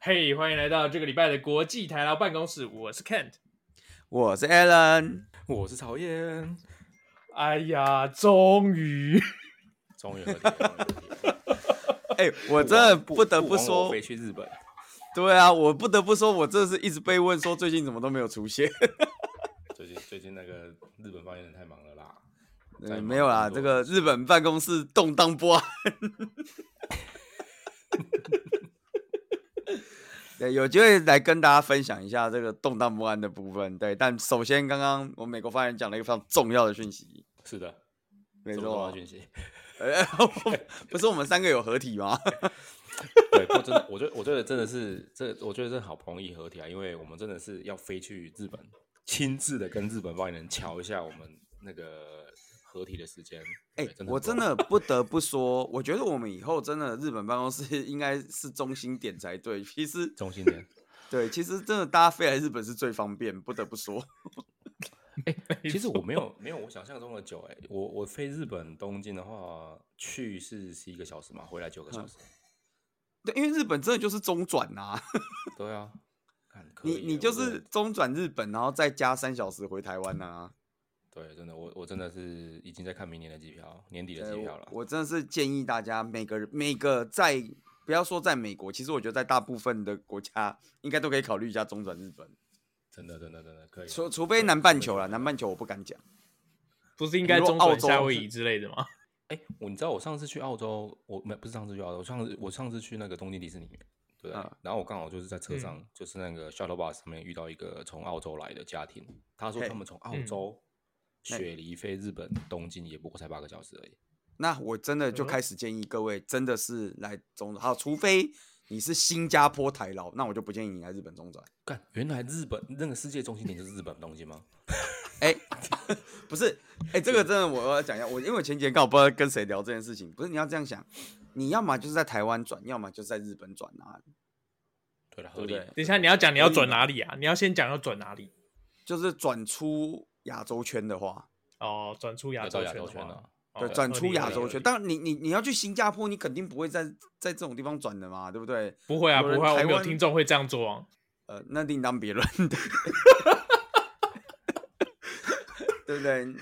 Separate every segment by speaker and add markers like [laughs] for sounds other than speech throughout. Speaker 1: 嘿欢迎来到这个礼拜的国际台劳办公室，我是 Kent。
Speaker 2: 我是
Speaker 3: [laughs]
Speaker 2: Alan，
Speaker 3: 我是曹燕，
Speaker 1: 哎呀，终于，
Speaker 3: 终于合体了。
Speaker 2: 哎、我真的不得
Speaker 3: 不
Speaker 2: 不说，
Speaker 3: 回去日本，
Speaker 2: 对啊，我不得不说，我真的是一直被问说最近怎么都没有出
Speaker 3: [laughs]
Speaker 2: 现，
Speaker 3: 最近最近那个日本发言人太忙了啦，
Speaker 2: 嗯，
Speaker 3: 在忙
Speaker 2: 没有啦，
Speaker 3: 工
Speaker 2: 这
Speaker 3: 作
Speaker 2: 个日本办公室动荡不安。 [laughs] 对，有机会来跟大家分享一下这个动荡不安的部分。对，但首先，刚刚我们美国发言人讲了一个非常重要的讯息，
Speaker 3: 是的，
Speaker 2: 没
Speaker 3: 这么重
Speaker 2: 错
Speaker 3: 要的，讯息。
Speaker 2: 哎、 [laughs] 不是我们三个有合体吗？
Speaker 3: 对，不过真的，我觉得我觉得真的是这，我觉得真的好不容易合体啊，因为我们真的是要飞去日本，亲自的跟日本发言人瞧一下我们那个合体的时间。
Speaker 2: 哎、
Speaker 3: 对真的
Speaker 2: 我
Speaker 3: 很不
Speaker 2: 真
Speaker 3: 容易
Speaker 2: 的不得不说，我觉得我们以后真的日本办公室 [laughs] 应该是中心点才对。其实，
Speaker 3: 中心点。
Speaker 2: 对，其实真的大家飞来日本是最方便，不得不说。 [laughs]
Speaker 3: 其实我没有没有我想象中的久哎、我我飞日本东京的话，去是十一个小时嘛，回来九个小时。
Speaker 2: 嗯对，因为日本真的就是中转呐、
Speaker 3: 对啊，看可
Speaker 2: 你
Speaker 3: 以
Speaker 2: 你
Speaker 3: 耶
Speaker 2: 就
Speaker 3: 我真
Speaker 2: 是
Speaker 3: 的
Speaker 2: 中转日本，然后再加三小时回台湾呐、啊。
Speaker 3: 对，真的我我真的是已经在看明年的机票，年底的
Speaker 2: 对
Speaker 3: 机票
Speaker 2: 我
Speaker 3: 了。
Speaker 2: 我真的是建议大家每个人每个在不要说在美国，其实我觉得在大部分的国家应该都可以考虑一下中转日本，
Speaker 3: 真的真的真的可以。
Speaker 2: 除除非南半球啦，南半球我不敢讲。
Speaker 1: 不是应该中转夏威夷之类的吗？
Speaker 3: 哎、我你知道我上次去澳洲，我没不是上次去澳洲，我上次我上次去那个东京迪士尼，对不对？
Speaker 2: 啊
Speaker 3: 然后我刚好就是在车
Speaker 1: 嗯
Speaker 3: 上，就是那个 shuttle bus 上面遇到一个从澳洲来的家庭，他说
Speaker 2: 嘿
Speaker 3: 他们从澳
Speaker 1: 嗯
Speaker 3: 洲
Speaker 2: 嘿
Speaker 3: 雪梨飞日本东京也不过才八个小时而已。
Speaker 2: 那我真的就
Speaker 1: 嗯哼
Speaker 2: 开始建议各位，真的是来中好，除非你是新加坡台劳，那我就不建议你来日本中转。
Speaker 3: 干，原来日本那个世界中心点就是日本东京吗？
Speaker 2: 哎、 [laughs] 不是，哎、这个真的我要讲一下，我因为我前几天刚好不知道跟谁聊这件事情，不是你要这样想，你要么就是在台湾转，要么就是在日本转啊，
Speaker 3: 对了，
Speaker 2: 对不
Speaker 3: 合理。
Speaker 2: 对？
Speaker 1: 等一下你要讲你要转哪里啊？你要先讲要转哪里
Speaker 2: 就是转出亚洲圈的话，
Speaker 1: 哦，转出亚
Speaker 3: 要
Speaker 1: 洲
Speaker 3: 到
Speaker 1: 圈
Speaker 3: 亚
Speaker 1: 的
Speaker 3: 洲
Speaker 1: 话
Speaker 3: 圈了，
Speaker 1: 哦
Speaker 2: 对，
Speaker 3: 对
Speaker 2: 转
Speaker 1: 合
Speaker 2: 出
Speaker 1: 理
Speaker 2: 亚
Speaker 1: 合理
Speaker 2: 洲
Speaker 1: 合
Speaker 2: 圈。
Speaker 1: 理
Speaker 2: 当然你，你你要去新加坡，你肯定不会在在这种地方转的嘛，对不对？
Speaker 1: 不会啊，
Speaker 2: 有
Speaker 1: 不
Speaker 2: 人
Speaker 1: 会啊，我
Speaker 2: 台
Speaker 1: 们有
Speaker 2: 湾
Speaker 1: 听众会这样做啊。
Speaker 2: 呃，那另当别论的，对不对？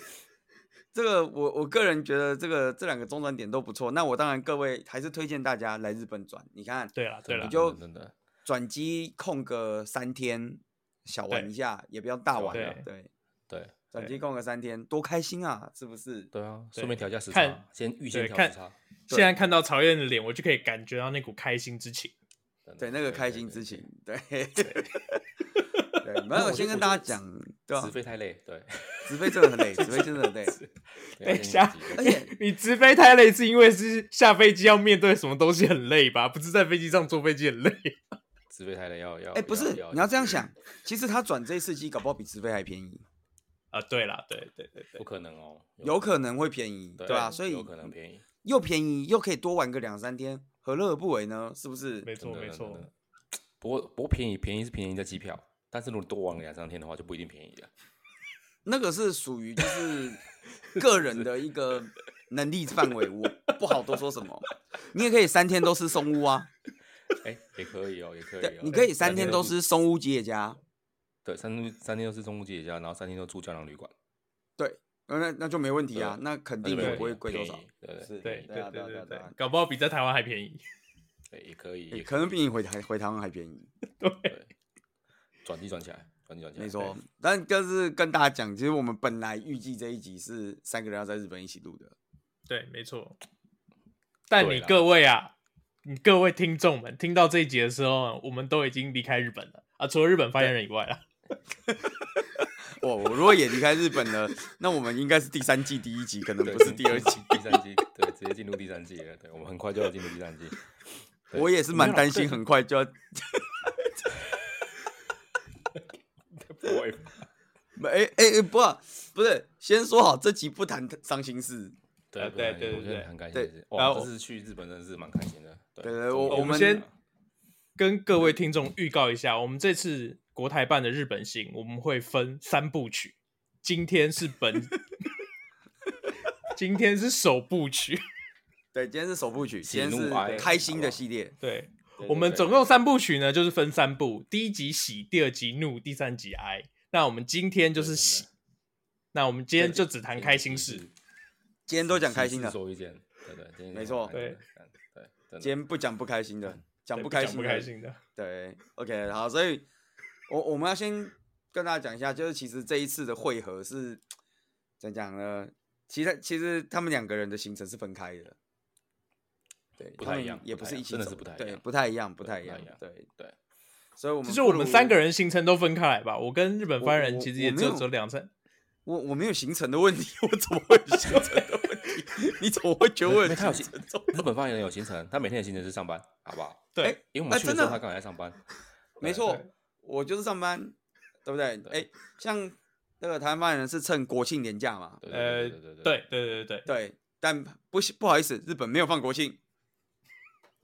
Speaker 2: 这个我我个人觉得这个这两个中转点都不错。那我当然各位还是推荐大家来日本转，你看
Speaker 1: 对啦，对
Speaker 3: 真的
Speaker 1: 啦
Speaker 2: 你，就
Speaker 3: 真的真的
Speaker 2: 转机空个三天，小玩
Speaker 1: 对
Speaker 2: 一下，也不要大
Speaker 3: 小
Speaker 2: 玩
Speaker 1: 玩
Speaker 2: 了
Speaker 1: 一下。
Speaker 2: 对，
Speaker 3: 对
Speaker 2: 转机空个三天，多开心啊，是不是？
Speaker 3: 对啊，
Speaker 1: 对
Speaker 3: 顺便调一下时
Speaker 1: 看
Speaker 3: 差，先预
Speaker 1: 对
Speaker 3: 先调
Speaker 1: 看
Speaker 3: 时差。
Speaker 1: 现在看到曹燕的脸，我就可以感觉到那股开心之情。
Speaker 3: 真的
Speaker 2: 对，那个开心之。情，对， [laughs] 对，没
Speaker 3: 那
Speaker 2: 有，我
Speaker 3: 我
Speaker 2: 先
Speaker 3: 就
Speaker 2: 跟
Speaker 3: 我
Speaker 2: 大家
Speaker 3: 就
Speaker 2: 讲，对啊
Speaker 3: 对
Speaker 2: 吧
Speaker 3: [laughs] 直？飞太累，
Speaker 2: [laughs]
Speaker 3: 对。
Speaker 2: 直飞真的很累，直飞真的很累。
Speaker 1: 等一下
Speaker 2: 而且
Speaker 1: [laughs] 你直飞太累是因为是下飞机要面对什么东西很累吧？不是在飞机上坐飞机很累。 [laughs]
Speaker 3: 直飞台的要要，
Speaker 2: 哎、不是，你要这样想，
Speaker 3: [laughs]
Speaker 2: 其实他转这次机搞不好比直飞还便宜，
Speaker 1: 啊，对啦，对对对对
Speaker 3: 不，可能哦，
Speaker 2: 有可能会便宜，对
Speaker 3: 对
Speaker 2: 吧、所以
Speaker 3: 有可能便宜，
Speaker 2: 又便宜又可以多玩个两三天，何乐而不为呢？是不是？
Speaker 1: 没错
Speaker 3: 真的
Speaker 1: 没
Speaker 3: 真的
Speaker 1: 错
Speaker 3: 真。的不过不过便宜便宜是便宜在机票，但是如果多玩两三天的话就不一定便宜了。
Speaker 2: 那个是属于就是个人的一个能力范围，我不好多说什么。你也可以三天都吃松屋啊，
Speaker 3: 哎，也可以哦，也 [laughs] 可以
Speaker 2: 对
Speaker 3: 哦，。
Speaker 2: 你可以三
Speaker 3: 天
Speaker 2: 天都吃松屋吉野家，
Speaker 3: 对，三天三天都是中午节假，然后三天都住胶囊旅馆，
Speaker 2: 对，那那那就没问题啊，
Speaker 3: 对
Speaker 2: 那肯
Speaker 3: 那
Speaker 2: 定
Speaker 3: 就没
Speaker 2: 也
Speaker 3: 问
Speaker 2: 不
Speaker 3: 题
Speaker 2: 会
Speaker 3: 啊
Speaker 2: 贵多
Speaker 3: 便
Speaker 2: 少，
Speaker 3: 宜对
Speaker 2: 是
Speaker 3: 对
Speaker 1: 对
Speaker 2: 对啊
Speaker 1: 对
Speaker 2: 对啊
Speaker 1: 对
Speaker 2: 对
Speaker 1: 对
Speaker 2: 啊，
Speaker 1: 搞不好比在台湾还便宜。
Speaker 3: 对，也可以，
Speaker 2: 也
Speaker 3: 也
Speaker 2: 哎可能比你回台回台湾还便宜。
Speaker 3: 对，转机转起来，转机转起来，
Speaker 2: 没
Speaker 3: 对
Speaker 2: 错，哦但就是跟大家讲，其实我们本来预计这一集是三个人要在日本一起录的，
Speaker 1: 对，没错。但
Speaker 3: 对
Speaker 1: 你
Speaker 3: 啦
Speaker 1: 各位啊，你各位听众们听到这一集的时候，我们都已经离开日本了啊，除了日本发言人以外啦。
Speaker 2: 我我如果也离开日本了， [laughs] 那我们应该是第三季第一集，可能
Speaker 3: 对
Speaker 2: 不是第二季。，
Speaker 3: [laughs] 第三季，对，直接进入第三季了。对，我们很快就要进入
Speaker 2: [laughs]
Speaker 3: 第三季。对
Speaker 2: 我也是蛮担心，很快就要
Speaker 3: 不会吧？
Speaker 2: 没哎哎、哎不不是，先说好这集不谈伤心事。
Speaker 3: 对
Speaker 1: 啊对对对
Speaker 3: 我觉
Speaker 1: 对
Speaker 3: 得很开心的
Speaker 2: 对
Speaker 3: 是。
Speaker 1: 然
Speaker 3: 哇，
Speaker 1: 后
Speaker 3: 这次去日本真的是蛮开心的。对
Speaker 2: 对对
Speaker 3: 终于
Speaker 2: 我
Speaker 1: 我们先跟各位听众预告一下，我们这次国台办的日本行，我们会分三部曲。今天是本，今天是首部曲，
Speaker 2: 对，今天是首部曲，
Speaker 3: 喜
Speaker 2: 今天
Speaker 3: 怒
Speaker 2: 是
Speaker 3: 哀
Speaker 2: 开心的
Speaker 3: 好不好
Speaker 2: 系列。
Speaker 1: 对，
Speaker 3: 对
Speaker 1: 我们
Speaker 3: 对
Speaker 1: 总共三部曲呢，就是分三部：第一集喜，第二集怒，第三集哀。那我们今天就是
Speaker 3: 对真的
Speaker 1: 喜，那我们今天就只谈开心事。
Speaker 2: 今天都讲开心的，
Speaker 3: 说一件，对对，今天
Speaker 2: 没错
Speaker 3: 对对，
Speaker 2: 今
Speaker 3: 真的
Speaker 2: 天不讲不开心的，
Speaker 3: 嗯
Speaker 2: 讲
Speaker 1: 对
Speaker 2: 不
Speaker 1: 不
Speaker 2: 开
Speaker 1: 讲
Speaker 2: 心
Speaker 1: 不
Speaker 2: 的，
Speaker 1: 开心的，
Speaker 2: 对，OK，好，所以我我们要先跟大家讲一下，就是其实这一次的会合是怎讲呢？其实其实他们两个人的行程是分开的，对，
Speaker 3: 不
Speaker 2: 他
Speaker 3: 太
Speaker 2: 们
Speaker 3: 一样
Speaker 2: 也不
Speaker 3: 不太
Speaker 2: 是
Speaker 3: 一
Speaker 2: 一
Speaker 3: 样
Speaker 2: 起
Speaker 3: 真的
Speaker 2: 走
Speaker 3: 是不太一
Speaker 2: 对，
Speaker 3: 样
Speaker 2: 不太一样，不
Speaker 3: 对
Speaker 2: 太
Speaker 3: 不
Speaker 2: 一
Speaker 3: 太
Speaker 2: 样
Speaker 3: 一样，
Speaker 2: 对
Speaker 3: 对，
Speaker 2: 所以我们
Speaker 1: 就是
Speaker 2: 不
Speaker 1: 我们
Speaker 2: 如
Speaker 1: 三个，人行程都分开来吧。我跟日本发言人
Speaker 2: 我
Speaker 1: 其实
Speaker 2: 我
Speaker 1: 也
Speaker 2: 我
Speaker 1: 只有
Speaker 2: 没有
Speaker 1: 走两站，
Speaker 2: 我我没有行程的问题， [laughs] 我怎么会有行程的问题？你怎么会觉得我有
Speaker 3: 没他有
Speaker 2: 行
Speaker 3: 行
Speaker 2: 程中？
Speaker 3: 日本发言人有行程，他每天的行程是上班，好不好？
Speaker 1: 对，
Speaker 2: 哎
Speaker 3: 因为我
Speaker 2: 哎
Speaker 3: 们去的
Speaker 2: 真
Speaker 3: 时候
Speaker 2: 的
Speaker 3: 他刚好在上班，
Speaker 2: 没
Speaker 3: 对
Speaker 2: 错
Speaker 1: 对，
Speaker 2: 我就是上班，对不对？哎、
Speaker 3: 对
Speaker 2: 像那个台湾人是趁国庆年假嘛，
Speaker 3: 对
Speaker 1: 呃，
Speaker 3: 对对对
Speaker 1: 对对对对
Speaker 2: 对，但不不好意思，日本没有放国庆，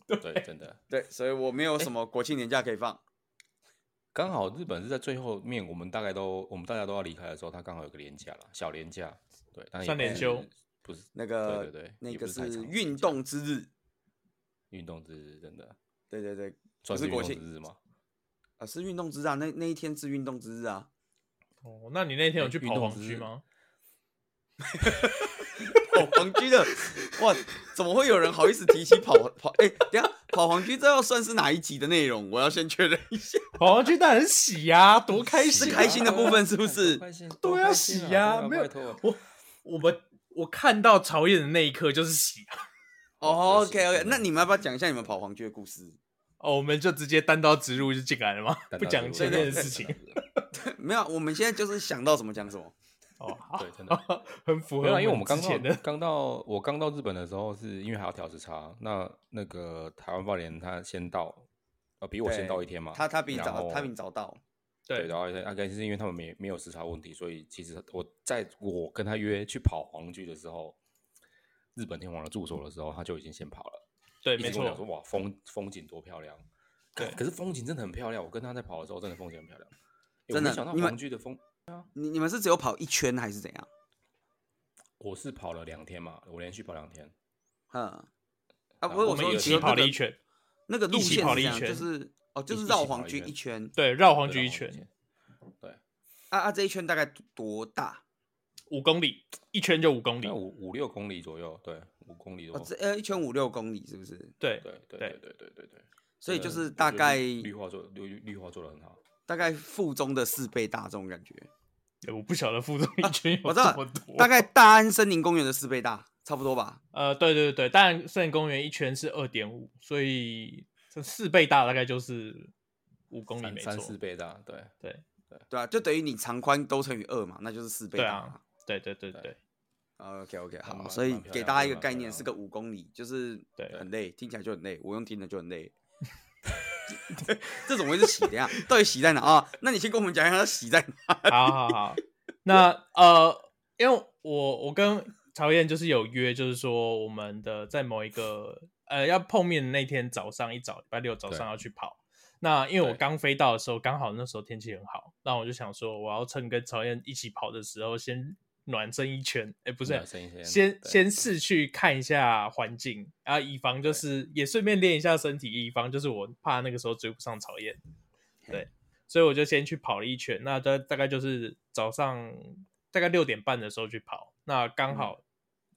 Speaker 3: 对对，真的。
Speaker 2: 对，所以我没有什么国庆年假可以放。
Speaker 3: 刚好日本是在最后面，我们大概都我们大家都要离开的时候，他刚好有个连假了，小连假，对，但也
Speaker 1: 算
Speaker 3: 不
Speaker 1: 连
Speaker 3: 是
Speaker 1: 休，
Speaker 3: 不是
Speaker 2: 那个
Speaker 3: 对对对
Speaker 2: 那
Speaker 3: 也
Speaker 2: 个
Speaker 3: 不是太
Speaker 2: 是
Speaker 3: 长的
Speaker 2: 运
Speaker 3: 连假
Speaker 2: 动之日，
Speaker 3: 运动之日，真的
Speaker 2: 对对对，
Speaker 3: 算
Speaker 2: 是
Speaker 3: 运
Speaker 2: 国
Speaker 3: 动
Speaker 2: 庆
Speaker 3: 之日吗？
Speaker 2: 啊是运动之日啊，那那一天是运动之日
Speaker 3: [laughs]
Speaker 2: 啊，
Speaker 1: 哦，那你那天有
Speaker 3: 哎
Speaker 1: 去
Speaker 3: 运
Speaker 1: 跑
Speaker 3: 动
Speaker 1: 黄
Speaker 3: 之
Speaker 1: 区
Speaker 3: 日
Speaker 1: 吗？
Speaker 2: 跑哦黄居的，哇，怎么会有人好意思提起跑跑？哎、等一下跑黄居这要算是哪一集的内容？我要先确认一下。
Speaker 1: 跑黄区当然喜呀、多开
Speaker 2: 是
Speaker 1: 心、啊！
Speaker 2: 开心的部分是不是
Speaker 3: [laughs] 多开心，
Speaker 1: 对
Speaker 3: 多
Speaker 1: 啊
Speaker 3: 开心
Speaker 1: 洗呀
Speaker 3: 对
Speaker 1: 没有
Speaker 3: 拜托
Speaker 1: 我我们我看到朝燕的那一刻就是喜啊！
Speaker 2: 哦、o
Speaker 3: 哦
Speaker 2: k
Speaker 3: 是
Speaker 2: OK，
Speaker 3: 真的
Speaker 2: 那你们要不要讲一下你们跑黄居的故事？ [laughs]
Speaker 1: 哦，我们就直接单刀直入就进来了吗？不讲前面的事情，
Speaker 2: 没有，我们现在就是想到什么讲什么。
Speaker 1: 哦，好，
Speaker 3: [laughs] 对，真的。
Speaker 1: 很符合
Speaker 3: [laughs] 没有啊，因为我们
Speaker 1: 之
Speaker 3: 刚
Speaker 1: 前
Speaker 3: 到
Speaker 1: 的
Speaker 3: 刚到我刚到日本的时候，是因为还要调时差。那那个台湾报联他先到，呃，比我先
Speaker 2: 对
Speaker 3: 到一天嘛。
Speaker 2: 他他比你
Speaker 3: 然
Speaker 2: 早，他
Speaker 3: 后
Speaker 2: 比你早到。
Speaker 3: 对，
Speaker 1: 对
Speaker 3: 然后大概是因为他们没没有时差问题，所以其实我在我跟他约去跑黄居的时候，日本天皇的住所的时候，他就已经先跑了。
Speaker 1: 对，
Speaker 3: 一
Speaker 1: 没
Speaker 3: 直跟我讲说
Speaker 1: 错，
Speaker 3: 哇，风风景多漂亮。可
Speaker 1: 对
Speaker 3: 可是风景真的很漂亮，我跟他在跑的时候，真的风景很漂亮。诶
Speaker 2: 真的
Speaker 3: 我没想到
Speaker 2: 你们
Speaker 3: 黄居的风，
Speaker 2: 你你们是只有跑一圈还是怎样？
Speaker 3: 我是跑了两天嘛，我连续跑两天。
Speaker 2: 嗯，啊，
Speaker 3: 然
Speaker 2: 不是
Speaker 1: 我
Speaker 3: 后
Speaker 2: 我
Speaker 1: 们
Speaker 2: 说
Speaker 1: 一
Speaker 2: 只
Speaker 1: 起
Speaker 2: 有那
Speaker 1: 跑了
Speaker 2: 个
Speaker 1: 一圈，
Speaker 2: 那个路
Speaker 1: 一起
Speaker 2: 线
Speaker 1: 跑
Speaker 2: 是
Speaker 1: 了
Speaker 2: 这
Speaker 1: 一
Speaker 2: 样，就
Speaker 1: 圈
Speaker 2: 是哦，就
Speaker 3: 一
Speaker 2: 是
Speaker 3: 起
Speaker 2: 绕
Speaker 3: 跑
Speaker 2: 黄
Speaker 3: 一
Speaker 2: 区
Speaker 3: 圈
Speaker 2: 一圈。
Speaker 1: 对，绕黄
Speaker 3: 对
Speaker 1: 区一
Speaker 3: 绕
Speaker 1: 圈，
Speaker 3: 对，
Speaker 2: 啊啊，这一圈大概多大？
Speaker 1: 五公里，一圈就五公里
Speaker 3: 那，五五六公里左右，对，五公里多。
Speaker 2: 哦，这呃一圈五六公里是不是？
Speaker 1: 对，
Speaker 3: 对
Speaker 1: 对
Speaker 3: 对对对对对对。
Speaker 2: 所以
Speaker 3: 这
Speaker 1: 呃
Speaker 2: 就
Speaker 3: 个
Speaker 2: 是
Speaker 3: 我
Speaker 2: 大
Speaker 3: 觉得
Speaker 2: 概
Speaker 3: 绿绿化做绿绿化做的很好。
Speaker 2: 大概附中的四倍大这种感觉，
Speaker 1: 对我不晓得附中一圈有
Speaker 2: 我知道
Speaker 1: 这么多，
Speaker 2: 大概大安森林公园的四倍大，差不多吧？
Speaker 1: 呃，对对对，但森林公园一圈是二点五，所以这四倍大大概就是五公里，
Speaker 3: 三
Speaker 1: 没
Speaker 3: 三四
Speaker 1: 错，
Speaker 3: 倍大，对
Speaker 1: 对
Speaker 2: 对啊，就等于你长宽都乘以二嘛，那就是四倍
Speaker 1: 对
Speaker 2: 大嘛
Speaker 1: 啊。，对对对对，
Speaker 2: OK OK，
Speaker 3: 蛮
Speaker 2: 好，
Speaker 3: 蛮
Speaker 2: 嗯所以
Speaker 3: 蛮漂
Speaker 2: 给
Speaker 3: 亮
Speaker 2: 大家
Speaker 3: 的
Speaker 2: 一个
Speaker 3: 蛮
Speaker 2: 概
Speaker 3: 漂
Speaker 2: 念，
Speaker 3: 亮
Speaker 2: 是个
Speaker 3: 的
Speaker 2: 五公里，就是
Speaker 1: 对
Speaker 2: 很累，听起来就很累，我用听的就很累。 [laughs] 这怎么会是洗的呀？到底洗在哪啊？那你先跟我们讲一下它洗在哪？
Speaker 1: [laughs] 好好好，那呃，因为我我跟曹燕就是有约，就是说我们的在某一个呃要碰面的那天早上一早，礼拜六早上
Speaker 3: 对
Speaker 1: 要去跑。那因为我
Speaker 3: 对
Speaker 1: 刚飞到的时候，刚好那时候天气很好，那我就想说，我要趁跟曹燕一起跑的时候，先暖身一圈。哎、不
Speaker 3: 不
Speaker 1: 是，
Speaker 3: 先
Speaker 1: 先
Speaker 3: 对
Speaker 1: 先试去看一下环境，然后以防就是也顺便练一下身体，以防就是我怕那个时候追不上曹燕，对，所以我就先去跑了一圈。那大大概就是早上大概六点半的时候去跑，那
Speaker 3: 嗯
Speaker 1: 刚好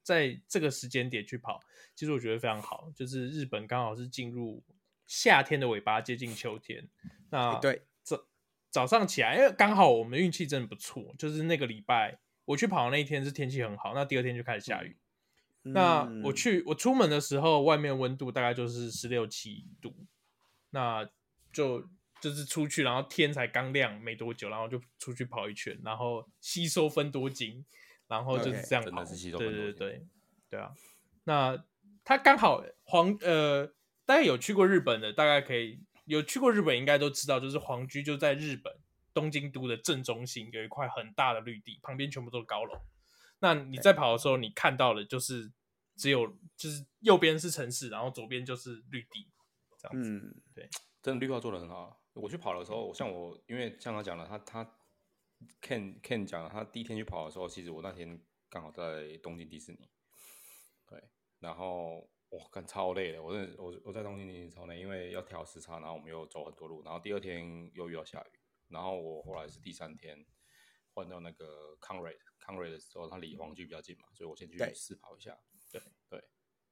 Speaker 1: 在这个时间点去跑，其实我觉得非常好，就是日本刚好是进入夏天的尾巴，接近秋天，那
Speaker 2: 对，
Speaker 1: 早早上起来，因为刚好我们运气真的不错，就是那个礼拜我去跑的那一天是天气很好，那第二天就开始下雨。那我
Speaker 2: 嗯，
Speaker 1: 去我出门的时候，外面温度大概就是十六七度，那就就是出去，然后天才刚亮没多久，然后就出去跑一圈，然后吸收分多精，然后就是
Speaker 2: OK，
Speaker 1: 这样
Speaker 3: 真的
Speaker 1: 跑。
Speaker 3: 是吸收
Speaker 1: 对
Speaker 3: 分多
Speaker 1: 对
Speaker 3: 精
Speaker 1: 对对啊，那他刚好黄呃，大家有去过日本的，大概可以有去过日本应该都知道，就是皇居就在日本东京都的正中心，有一块很大的绿地，旁边全部都是高楼。那你在跑的时候，你看到的就是只有就是右边是城市，然后左边就是绿地，这样子。
Speaker 2: 嗯，
Speaker 3: 真的绿化做的很好。我去跑的时候，像我因为像他讲了，他他 Ken Ken 讲了，他第一天去跑的时候，其实我那天刚好在东京迪士尼，对，然后哇，干超累的，我真的我我在东京也超累，因为要调时差，然后我们又走很多路，然后第二天又遇到下雨，然后我后来是第三天换到那个康瑞，康瑞的时候，它离黄区比较近嘛，所以我先去
Speaker 2: 嗯对
Speaker 3: 试跑一下，
Speaker 1: 对
Speaker 3: 对，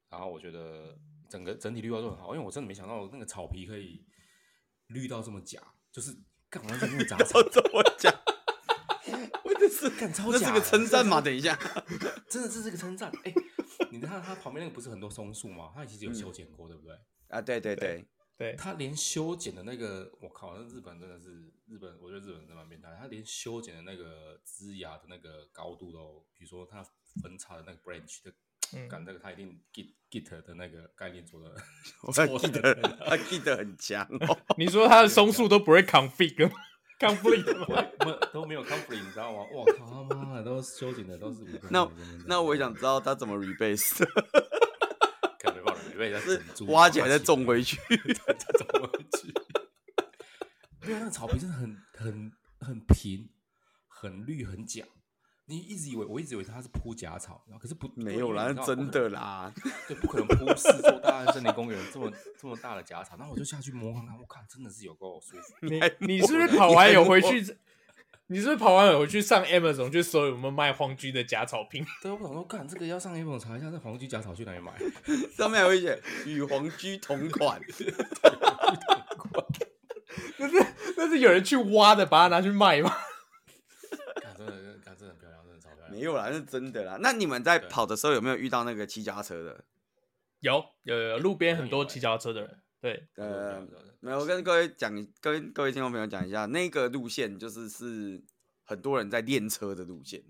Speaker 3: 然后我觉得整个整体绿化都很好，因为我真的没想到那个草皮可以绿到这么假，就是干完全没有杂草
Speaker 2: 我， [laughs] 怎么讲？ [laughs] 我这是
Speaker 3: 干超
Speaker 2: 这
Speaker 3: 假的，
Speaker 2: 是个称赞嘛？等一下，
Speaker 3: [laughs] 真的这是个称赞。哎、你看它旁边那个不是很多松树吗？它其实有修剪过，对不对？
Speaker 2: [laughs] 啊，对对对，
Speaker 1: 对，
Speaker 3: 它连修剪的那个，我靠，那日本真的是日本，我觉得日本真的蛮变态的。它连修剪的那个枝芽的那个高度都，比如说它分叉的那个 branch 的，
Speaker 1: 嗯
Speaker 3: 感那个它一定 git git 的那个概念做的，
Speaker 2: 我
Speaker 3: 做
Speaker 2: 记
Speaker 3: 得
Speaker 2: 得
Speaker 3: 很好
Speaker 2: 他记得很强哦。
Speaker 1: 你说他的松树都不会 config 吗 conflict
Speaker 3: [laughs]
Speaker 1: 吗
Speaker 3: 不会不都没有 conflict，你知道吗？我靠他妈的，都修剪的都是五分钟
Speaker 2: 那
Speaker 3: 五分钟的
Speaker 2: 那我也想知道他怎么 [laughs] rebase，
Speaker 3: 看没办法，因为它
Speaker 2: 是
Speaker 3: 整株
Speaker 2: 挖起来再
Speaker 3: 拔
Speaker 2: 种回去。
Speaker 3: 走回去。对啊，那个草皮真的很很很平，很绿很假。你一直以为我一直以为它是铺假草，然后可是不
Speaker 2: 没有啦，那真的， [laughs] 啦。
Speaker 3: 对因为你知道不可能对，不可能铺四座大安森林公园这么这么大的假草。然后我就下去摸看看，我看真的是 [laughs] 有够舒服。
Speaker 1: 你你是不是跑完有回去？你是不是跑完有回去上 Amazon 去搜有没有卖荒居的假草 [laughs] 品？
Speaker 3: 对，啊我想说，看这个要上一本查一下，这黄居假草去哪里买？
Speaker 2: 上面还会写与黄居同款，
Speaker 1: 那是有人去挖的，把它拿去卖吗？
Speaker 3: 看真的，看真的很漂亮，真的超漂亮。
Speaker 2: 没有啦，是真的啦。那你们在
Speaker 3: 对
Speaker 2: 跑的时候有没有遇到那个骑脚踏车的？
Speaker 1: 有有有，路边很
Speaker 3: 有
Speaker 1: 多
Speaker 3: 欸
Speaker 1: 骑脚踏车的人，对，
Speaker 2: 呃
Speaker 3: 对，对对
Speaker 2: 没有，我跟各位讲，跟各位听众朋友讲一下，那个路线就是是很多人在练车的路线，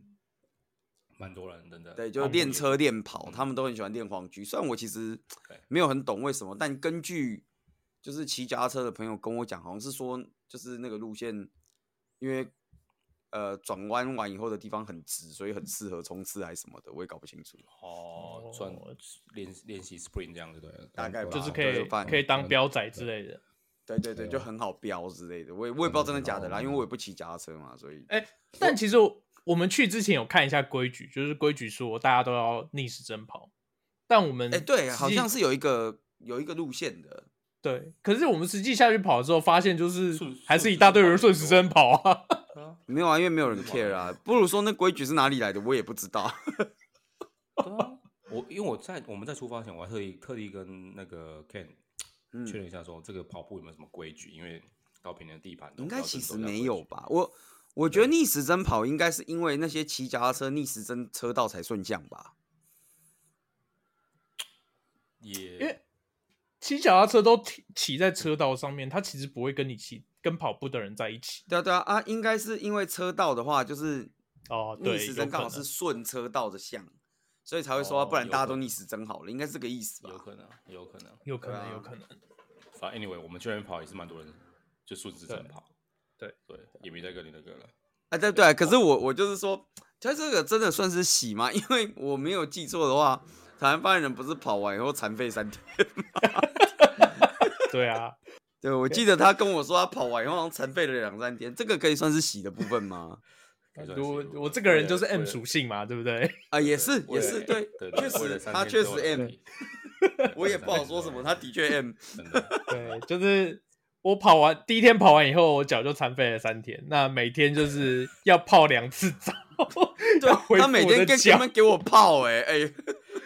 Speaker 3: 蛮多人真的。
Speaker 2: 对，就是
Speaker 3: 荒
Speaker 2: 练
Speaker 3: 野
Speaker 2: 车练跑，他们都很喜欢练黄居。虽然我其实
Speaker 3: 对
Speaker 2: 没有很懂为什么，但根据就是骑脚踏车的朋友跟我讲，好像是说就是那个路线，因为呃转弯完以后的地方很直，所以很适合冲刺还是什么的，我也搞不清楚。
Speaker 3: 哦，转
Speaker 1: 哦
Speaker 3: 练练习 spring 这样子对了，
Speaker 2: 大概吧
Speaker 1: 就是
Speaker 2: 啊
Speaker 1: 可
Speaker 2: 对
Speaker 1: 以
Speaker 2: 就放
Speaker 1: 可以当标仔之类的。
Speaker 2: 对对对，
Speaker 3: 对
Speaker 2: 就
Speaker 3: 啊
Speaker 2: 很好标之类的。我也我也不知道真的假的啦，
Speaker 3: 嗯
Speaker 2: 因为我也不骑脚踏车嘛，所以
Speaker 1: 哎、但其实我我们去之前有看一下规矩，就是规矩说大家都要逆时针跑，但我们
Speaker 2: 哎、对，
Speaker 1: 实际
Speaker 2: 好像是有一个有一个路线的。
Speaker 1: 对，可是我们实际下去跑之后，发现就是
Speaker 3: 顺
Speaker 1: 还是一大堆人顺时针跑啊。 [laughs]
Speaker 3: 啊，
Speaker 2: 没有啊，因为没有人
Speaker 3: 是吗
Speaker 2: care 啊。不如说那规矩是哪里来的，我也不知道。
Speaker 3: 对啊，我因为我在我们在出发前，我还特地特地跟那个 Ken
Speaker 2: 嗯
Speaker 3: [laughs] 确认一下，说这个跑步有没有什么规矩？因为高平的地盘都
Speaker 2: 应该
Speaker 3: 不知
Speaker 2: 其
Speaker 3: 道这
Speaker 2: 实
Speaker 3: 个都叫
Speaker 2: 没
Speaker 3: 规
Speaker 2: 有
Speaker 3: 矩？
Speaker 2: 吧？我我觉得逆时针跑应该是因为那些骑脚踏车逆时针车道才顺向吧？
Speaker 3: 也
Speaker 1: 骑脚踏车都骑骑在车道上面，它其实不会跟你骑跟跑步的人在一起。
Speaker 2: 对啊对啊啊，应该是因为车道的话，就是
Speaker 1: 哦，对，
Speaker 2: 逆时针
Speaker 1: 有
Speaker 2: 刚好
Speaker 1: 可能
Speaker 2: 是顺车道的向，所以才会说啊、
Speaker 3: 哦
Speaker 2: 不然
Speaker 3: 有
Speaker 2: 大家
Speaker 3: 可
Speaker 2: 都
Speaker 3: 能
Speaker 2: 逆时针好了，应该是这个意思吧
Speaker 3: 有？可能，有可能。
Speaker 1: 有可
Speaker 2: 对
Speaker 1: 能，
Speaker 2: 啊
Speaker 1: 有可能。
Speaker 2: [laughs]
Speaker 3: 反正 anyway，我们确认跑也是蛮多人就顺时针
Speaker 1: 对
Speaker 3: 跑，
Speaker 1: 对
Speaker 3: 对，也没在跟你那个了。
Speaker 2: 啊，对对，可是我我就是说，他这个真的算是洗吗？ [laughs] 因为我没有记错的话，台湾发言人不是跑完以后残废三天？ [laughs]
Speaker 1: 对啊，
Speaker 2: 对，我记得他跟我说他跑完以后好像残废了两三天，这个可以算是洗的部分吗？
Speaker 3: 可以算
Speaker 1: 我
Speaker 3: 是如果
Speaker 1: 我这个人
Speaker 3: 为
Speaker 1: 就是
Speaker 3: 了为
Speaker 1: M
Speaker 3: 了
Speaker 1: 属性嘛，对不对？
Speaker 2: 啊，也是也
Speaker 3: 为了
Speaker 2: 是，对，
Speaker 3: 对，
Speaker 2: 确
Speaker 3: 为
Speaker 2: 实
Speaker 3: 了三
Speaker 2: 他
Speaker 3: 天
Speaker 2: 确
Speaker 3: 之后
Speaker 2: 实
Speaker 3: 的
Speaker 2: M，
Speaker 3: 问题
Speaker 2: 我也不好说什么，他的确
Speaker 3: [laughs]
Speaker 2: M。
Speaker 3: 真的
Speaker 1: 对，就是我跑完第一天跑完以后，我脚就残废了三天。那每天就是要泡两次澡，[laughs]
Speaker 2: 对
Speaker 1: 要
Speaker 2: 啊
Speaker 1: 恢，复
Speaker 2: 他每
Speaker 1: 我
Speaker 2: 天
Speaker 1: 的
Speaker 2: 跟
Speaker 1: 脚
Speaker 2: 他们给我泡哎、哎、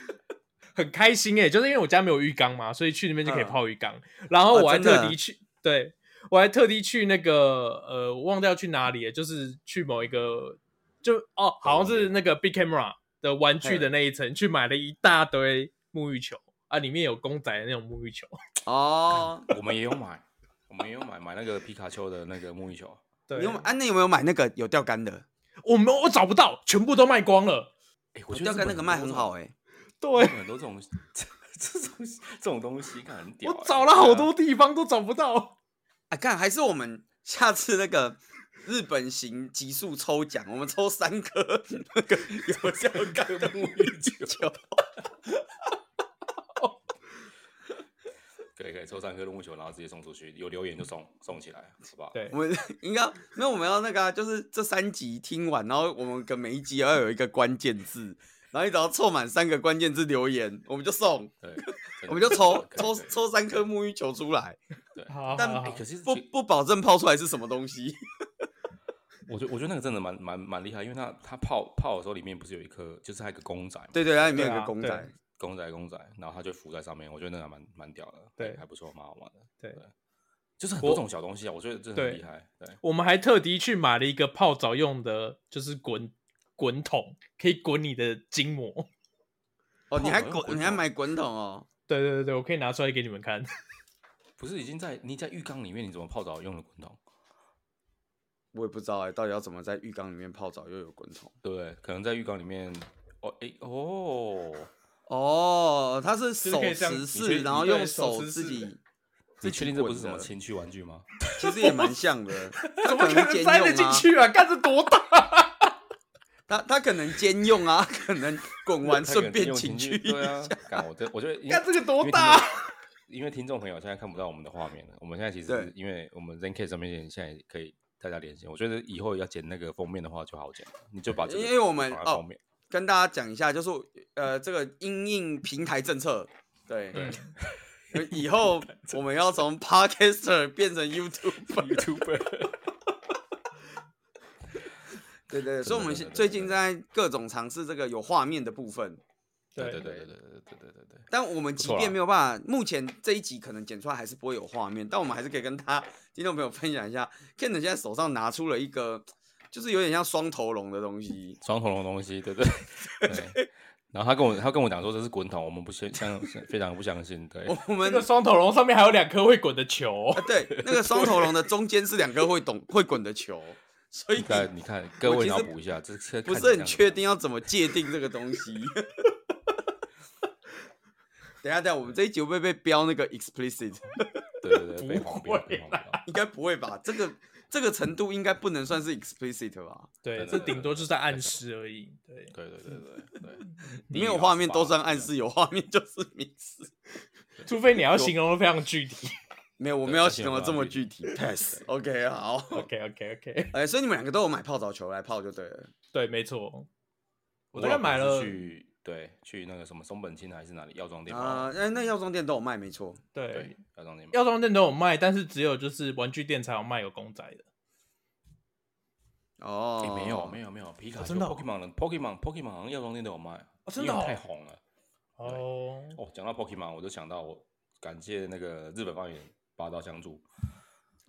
Speaker 2: [laughs]
Speaker 1: 很开心诶、就是因为我家没有浴缸嘛，所以去那边就可以
Speaker 2: 嗯
Speaker 1: 泡浴缸。然后
Speaker 2: 哦
Speaker 1: 我还
Speaker 2: 真的
Speaker 1: 特地去，对我还特地去那个呃，我忘掉去哪里了，就是去某一个就哦，好像是那个 Big Camera 的玩具的那一层去买了一大堆沐浴球啊，里面有公仔的那种沐浴球。
Speaker 2: 哦，
Speaker 3: 我们也有买，我们也有买买那个皮卡丘的那个沐浴球。
Speaker 1: 对
Speaker 2: 你，有买安内有没有买那个有钓竿的？
Speaker 1: 我没有我找不到，全部都卖光了。
Speaker 3: 哎，我
Speaker 2: 有
Speaker 3: 觉得
Speaker 2: 钓竿哦
Speaker 3: 日本
Speaker 2: 那个卖
Speaker 3: 多
Speaker 2: 很
Speaker 3: 种
Speaker 2: 好哎、
Speaker 1: 对，
Speaker 3: 很多这种这种这种东西，看很屌欸、
Speaker 1: 我找了好多地方都找不到。
Speaker 2: 啊，看还是我们下次那个日本行极速抽奖，我们抽三颗那个有效干的沐浴球。
Speaker 3: 对啊，可以可以抽三颗龙木球，然后直接送出去，有留言就送送起来，好不好？，
Speaker 1: 对
Speaker 2: 我，们应该那我们要那个、啊，就是这三集听完，然后我们跟每一集要有一个关键字，然后你只要凑满三个关键字留言，我们就送， [laughs]
Speaker 3: 对，
Speaker 2: 我们就
Speaker 3: [laughs]
Speaker 2: 抽
Speaker 3: 可以
Speaker 2: 抽
Speaker 3: 可以
Speaker 2: 抽三颗沐浴球出来，
Speaker 1: [laughs] 好，
Speaker 2: 但
Speaker 1: 好
Speaker 3: 哎
Speaker 1: 好
Speaker 3: 可是
Speaker 2: 不不保证泡出来是什么东西。
Speaker 3: 我觉得我觉得那个真的蛮蛮蛮厉害，因为它它泡泡的时候里面不是有一颗，就是还有一个公仔嘛，
Speaker 2: 对对，它里面有
Speaker 1: 对啊
Speaker 2: 个公
Speaker 1: 对
Speaker 2: 仔，
Speaker 3: 公仔公仔，然后它就浮在上面，我觉得那个还蛮蛮屌的，
Speaker 1: 对
Speaker 3: 还不错，蛮好玩的，
Speaker 1: 对
Speaker 3: 就是很多这种小东西啊，我觉得真的
Speaker 1: 对
Speaker 3: 很厉害，对，
Speaker 1: 我们还特地去买了一个泡澡用的，就是滚滚筒，可以滚你的筋膜。
Speaker 2: 哦，你还
Speaker 3: 泡好像滚
Speaker 2: 滚，你还
Speaker 3: 筒
Speaker 2: 买滚筒哦？
Speaker 1: [laughs] 对对对对，我可以拿出来给你们看。
Speaker 3: 不是已经在你在浴缸里面，你怎么泡澡用了滚筒？
Speaker 2: 我也不知道哎、到底要怎么在浴缸里面泡澡又有滚筒？
Speaker 3: 对不对？可能在浴缸里面，哦哎哦，
Speaker 2: 哦，它是
Speaker 1: 是
Speaker 2: 手
Speaker 1: 可以这样
Speaker 2: 持
Speaker 1: 你
Speaker 2: 式，
Speaker 1: 确
Speaker 2: 然后
Speaker 1: 对
Speaker 2: 用
Speaker 1: 手持
Speaker 2: 自
Speaker 1: 式
Speaker 2: 己
Speaker 1: 的，
Speaker 3: 你确定这不是什么
Speaker 2: 自己
Speaker 3: 情趣玩具
Speaker 2: [laughs]
Speaker 3: 吗？
Speaker 2: 滚的其实也蛮像
Speaker 3: [laughs]
Speaker 2: 的。它
Speaker 1: 怎么
Speaker 2: 可
Speaker 1: 可
Speaker 2: 能
Speaker 1: 能
Speaker 2: 兼
Speaker 1: 塞得
Speaker 2: 用
Speaker 1: 进
Speaker 2: 啊，
Speaker 1: 去啊？看这多大！
Speaker 2: 它它可能兼用啊，可能滚完
Speaker 3: [laughs] 它可能
Speaker 2: 顺便
Speaker 3: 用
Speaker 2: 情趣
Speaker 3: 趣，
Speaker 2: 一
Speaker 3: 对啊
Speaker 2: 下。，
Speaker 3: 干我这我觉得因为，
Speaker 1: 干这个多
Speaker 3: 因为
Speaker 2: 啊
Speaker 3: 听
Speaker 1: 大
Speaker 3: 众？因为听众朋友现在看不到我们的画面了，我们现在其实
Speaker 2: 对
Speaker 3: 因为我们 ZenK 上面现在可以大家连线，我觉得以后要剪那个封面的话就好剪了，你就把这个
Speaker 2: 因为我们
Speaker 3: 放在
Speaker 2: 哦
Speaker 3: 封面
Speaker 2: [laughs] 跟大家讲一下，就是我呃，这个因应平台政策，对，
Speaker 1: 嗯
Speaker 2: 以后我们要从 Podcaster 变成 YouTube，
Speaker 3: [laughs] YouTuber
Speaker 2: [laughs] 对对对，所以我们
Speaker 3: 真的真的
Speaker 2: 最近在各种尝试这个有画面的部分，
Speaker 3: 对
Speaker 1: 对
Speaker 3: 对对对对对对对对对，
Speaker 2: 但我们即
Speaker 3: 错啦
Speaker 2: 便没有办法，目前这一集可能剪出来还是不会有画面，但我们还是可以跟他听众朋友分享一下，Ken 现在手上拿出了一个，就是有点像双头龙的东西，
Speaker 3: 双头龙的东西，对
Speaker 2: [laughs]
Speaker 3: 对对。然后他跟我他跟我讲说这是滚筒，我们不相相非常不相信，对
Speaker 2: 我我
Speaker 1: 这
Speaker 2: 们
Speaker 1: 个双头龙上面还有两颗会滚的球
Speaker 2: 啊，对，那个双头龙的中间是两颗会懂会滚的球，所以
Speaker 3: 你看，你看，各
Speaker 2: 哎我
Speaker 3: 位
Speaker 2: 其
Speaker 3: 脑
Speaker 2: 实
Speaker 3: 补一下，这这
Speaker 2: 不是
Speaker 3: 看起来像
Speaker 2: 很
Speaker 3: 什
Speaker 2: 确
Speaker 3: 么
Speaker 2: 定要怎么界定这个东西。 [laughs] 等一下，等一下，我们这一集会不会被标那个 explicit？
Speaker 3: 对对对，被
Speaker 1: 不
Speaker 3: 黄标，被
Speaker 1: 会
Speaker 3: 黄标。
Speaker 2: 应该不会吧？这个这个程度应该不能算是 explicit 吧？
Speaker 1: [laughs] 对，
Speaker 3: 对
Speaker 1: 这
Speaker 3: 对
Speaker 1: 顶多就是在暗示而已。对，
Speaker 3: 对对对
Speaker 2: [laughs]
Speaker 3: 对对，
Speaker 2: 没有画面都算暗示，有画面就是明示。
Speaker 1: 除非你要形容的非常具体。
Speaker 2: 没有，我们
Speaker 3: 对
Speaker 2: 要
Speaker 3: 而且
Speaker 2: 形容
Speaker 3: 我
Speaker 2: 的
Speaker 3: 们
Speaker 2: 这
Speaker 3: 要
Speaker 2: 么具
Speaker 3: 具
Speaker 2: 体。Pass。OK，好。
Speaker 3: [laughs]
Speaker 1: OK OK OK，
Speaker 2: 哎、所以你们两个都有买泡澡球来泡就对了。
Speaker 1: 对，没错。我
Speaker 2: 啊
Speaker 1: 大概
Speaker 3: 老婆
Speaker 1: 买
Speaker 3: 是
Speaker 1: 了，
Speaker 3: 去对去那个什么松本清还是哪里药妆店
Speaker 2: 啊、
Speaker 3: 买的
Speaker 2: 那那药妆店都有卖，没错。
Speaker 1: 对
Speaker 3: 对，药妆店买的
Speaker 1: 药妆店都有卖，但是只有就是玩具店才有卖有公仔的。
Speaker 2: 哦、
Speaker 3: 哎诶没有没有没有皮卡
Speaker 1: 哦
Speaker 3: 丘
Speaker 1: 真的哦
Speaker 3: Pokemon 的 Pokemon Pokemon 好像药妆店都有卖，啊
Speaker 1: 真
Speaker 3: 因
Speaker 1: 的
Speaker 3: 为
Speaker 1: 哦
Speaker 3: 太红了。
Speaker 1: 哦，
Speaker 3: 哦，讲到 Pokemon，我就想到我感谢那个日本方言八道相助，